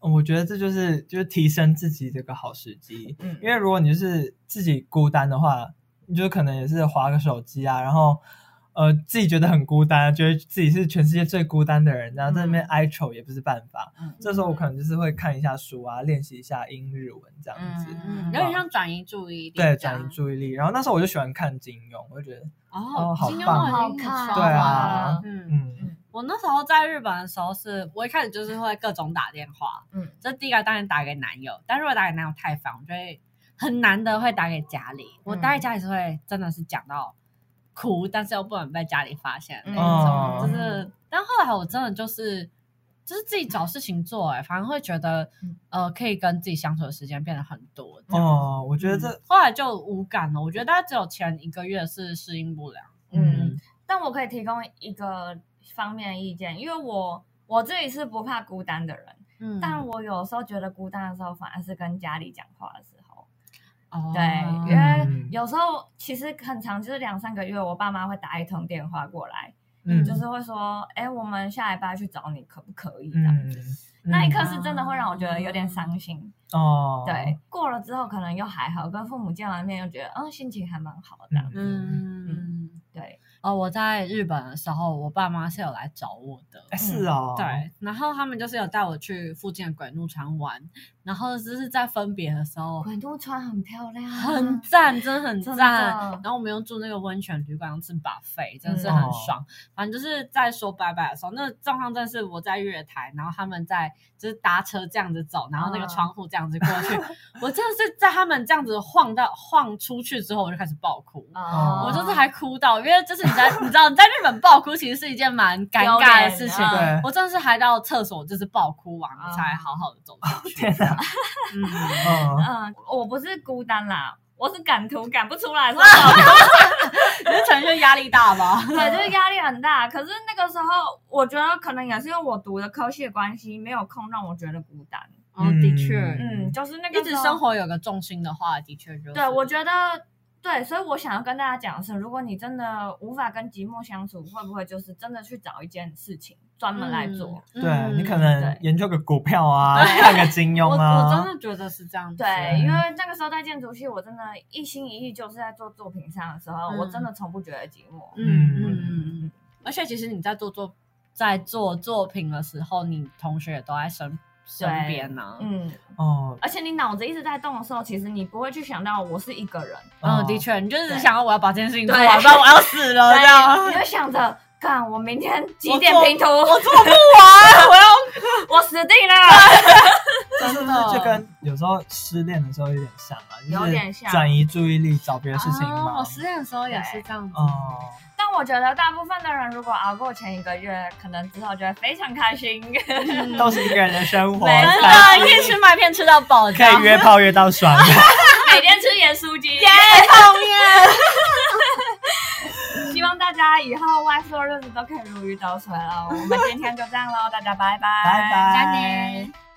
[SPEAKER 2] 我觉得这就是就是提升自己的一个好时机。
[SPEAKER 4] 嗯，
[SPEAKER 2] 因为如果你就是自己孤单的话，你就可能也是划个手机啊，然后呃自己觉得很孤单，觉得自己是全世界最孤单的人，然后在那边哀愁也不是办法。
[SPEAKER 3] 嗯
[SPEAKER 2] 这时候我可能就是会看一下书啊，练习一下英日文这样子。
[SPEAKER 3] 嗯，有点像转移注意力这样，
[SPEAKER 2] 对，转移注意力。然后那时候我就喜欢看金庸，我就觉得，
[SPEAKER 3] 哦
[SPEAKER 2] 哦，好
[SPEAKER 3] 金庸
[SPEAKER 2] 棒
[SPEAKER 3] 我已经
[SPEAKER 4] 好看
[SPEAKER 3] 刷
[SPEAKER 2] 对啊
[SPEAKER 3] 完了嗯。
[SPEAKER 2] 嗯，
[SPEAKER 3] 我那时候在日本的时候是，我一开始就是会各种打电话，
[SPEAKER 4] 嗯
[SPEAKER 3] 嗯，这第一个当然打给男友，但如果打给男友太烦，我就会很难得会打给家里。我
[SPEAKER 4] 嗯
[SPEAKER 3] 打给家里是会真的是讲到哭，但是又不能被家里发现的
[SPEAKER 2] 嗯
[SPEAKER 3] 那一种，就是。但后来我真的就是。就是自己找事情做、哎，反而会觉得，
[SPEAKER 4] 嗯
[SPEAKER 3] 呃，可以跟自己相处的时间变得很多。这样
[SPEAKER 2] 哦，我
[SPEAKER 4] 嗯
[SPEAKER 2] 觉得这，
[SPEAKER 3] 后来就无感了。我觉得大概只有前一个月是适应不良。
[SPEAKER 4] 嗯
[SPEAKER 2] 嗯，
[SPEAKER 4] 但我可以提供一个方面的意见，因为我我自己是不怕孤单的人，
[SPEAKER 3] 嗯
[SPEAKER 4] 但我有时候觉得孤单的时候，反而是跟家里讲话的时候。
[SPEAKER 3] 哦
[SPEAKER 4] 对，因
[SPEAKER 2] 原来
[SPEAKER 4] 为有时候其实很长，就是两三个月，我爸妈会打一通电话过来，
[SPEAKER 2] 嗯，
[SPEAKER 4] 就是会说，哎、我们下礼拜去找你，可不可以？这样
[SPEAKER 2] 嗯
[SPEAKER 4] 子。，那一
[SPEAKER 2] 嗯
[SPEAKER 4] 刻是真的会让我觉得有点伤心。
[SPEAKER 2] 哦，
[SPEAKER 4] 对，，过了之后可能又还好，跟父母见完面又觉得，嗯，心情还蛮好的。
[SPEAKER 2] 嗯
[SPEAKER 3] 嗯，
[SPEAKER 4] 对，
[SPEAKER 3] 哦，我在日本的时候，我爸妈是有来找我的。
[SPEAKER 2] 哎是哦，
[SPEAKER 3] 对，然后他们就是有带我去附近的鬼怒川玩，然后就是在分别的时候，
[SPEAKER 4] 鬼都川很漂亮，啊
[SPEAKER 3] 很赞，真的很
[SPEAKER 4] 嗯真
[SPEAKER 3] 赞。
[SPEAKER 4] 的嗯
[SPEAKER 3] 然后我们又住那个温泉旅馆，又吃 buffet，真的是很爽。反正就是在说拜拜的时候，那个状况真的是我在月台，然后他们在就是搭车这样子走，然后那个
[SPEAKER 4] 嗯
[SPEAKER 3] 窗户这样子过
[SPEAKER 4] *laughs*
[SPEAKER 3] 去，我真的是在他们这样子晃到晃出去之后，我就开始爆哭。
[SPEAKER 4] 哦
[SPEAKER 3] 我就是还哭到，因为就是你
[SPEAKER 4] *laughs*
[SPEAKER 3] 在你知道你在日本爆哭其实是一件蛮尴尬的事情
[SPEAKER 4] 有点啊
[SPEAKER 2] 嗯，
[SPEAKER 3] 我真的是还到厕所就是爆哭完我才好好的走出去。
[SPEAKER 2] 天哪，
[SPEAKER 3] 嗯，
[SPEAKER 2] 嗯，
[SPEAKER 4] 嗯，我不是孤单啦，我是赶图赶不
[SPEAKER 3] *laughs*
[SPEAKER 4] 出来的时候，
[SPEAKER 3] 你的承认压力大吧？
[SPEAKER 4] *laughs* 对，就是压力很大。可是那个时候，我觉得可能也是因为我读的科系的关系，没有空让我觉得孤单。
[SPEAKER 3] 哦，的确，
[SPEAKER 4] 嗯，就是那个
[SPEAKER 3] 一直
[SPEAKER 4] 时候
[SPEAKER 3] 生。活有个重心的话，的确就是
[SPEAKER 4] 对，我觉得对，所以我想要跟大家讲的是，如果你真的无法跟寂寞相处，会不会就是真的去找一件事情专门来做？
[SPEAKER 3] 嗯
[SPEAKER 2] 对你可
[SPEAKER 4] 对
[SPEAKER 2] 能研究个股票啊，
[SPEAKER 4] 对
[SPEAKER 2] 看个金
[SPEAKER 3] 我
[SPEAKER 2] 庸
[SPEAKER 3] 我真
[SPEAKER 2] 啊，
[SPEAKER 3] 的觉得是这样子。欸
[SPEAKER 4] 对，因为那个时候在建筑系，我真的一心一意就是在做作品上的时候，
[SPEAKER 3] 嗯
[SPEAKER 4] 我真的从不觉得寂寞。
[SPEAKER 3] 嗯
[SPEAKER 2] 嗯
[SPEAKER 3] 嗯嗯嗯，而且其实你在做作在做作品的时候，你同学也都在身身边啊呢。
[SPEAKER 4] 嗯，
[SPEAKER 2] 哦，
[SPEAKER 4] 而且你脑子一直在动的时候，其实你不会去想到我是一个人，
[SPEAKER 2] 哦
[SPEAKER 3] 嗯，的，确，你就是
[SPEAKER 4] 对
[SPEAKER 3] 想要我要把这件事情做
[SPEAKER 4] 对
[SPEAKER 3] 完，不然我要死了这样。
[SPEAKER 4] 你会想着，看我明天几
[SPEAKER 3] 我
[SPEAKER 4] 点
[SPEAKER 3] 做
[SPEAKER 4] 平图，
[SPEAKER 3] 我做不
[SPEAKER 2] *laughs*
[SPEAKER 3] 完，我要
[SPEAKER 4] 我死定了。
[SPEAKER 2] 这是不是就跟有时候失恋的时候有点像啊？就是
[SPEAKER 4] 有点像
[SPEAKER 2] 转移注意力，找别的事情
[SPEAKER 3] 哦
[SPEAKER 2] 嘛
[SPEAKER 3] 我。失恋的时候也是这样子。 *laughs*
[SPEAKER 2] 哦，
[SPEAKER 4] 但我觉得大部分的人，如果熬过前一个月，可能之后就会非常开 *laughs* 心。
[SPEAKER 2] 都是一个人的生活，
[SPEAKER 4] 没
[SPEAKER 3] 真
[SPEAKER 2] 才
[SPEAKER 3] 的，啊可以吃麦片吃到饱，这
[SPEAKER 2] 可
[SPEAKER 3] 样
[SPEAKER 2] 以约炮约到爽。
[SPEAKER 4] 每天吃盐酥鸡。
[SPEAKER 3] 泡面。
[SPEAKER 4] 希望大家以后外宿的日子都可以如鱼得水了。我们今天就这样喽，大家拜拜，
[SPEAKER 2] 拜拜
[SPEAKER 4] 再见。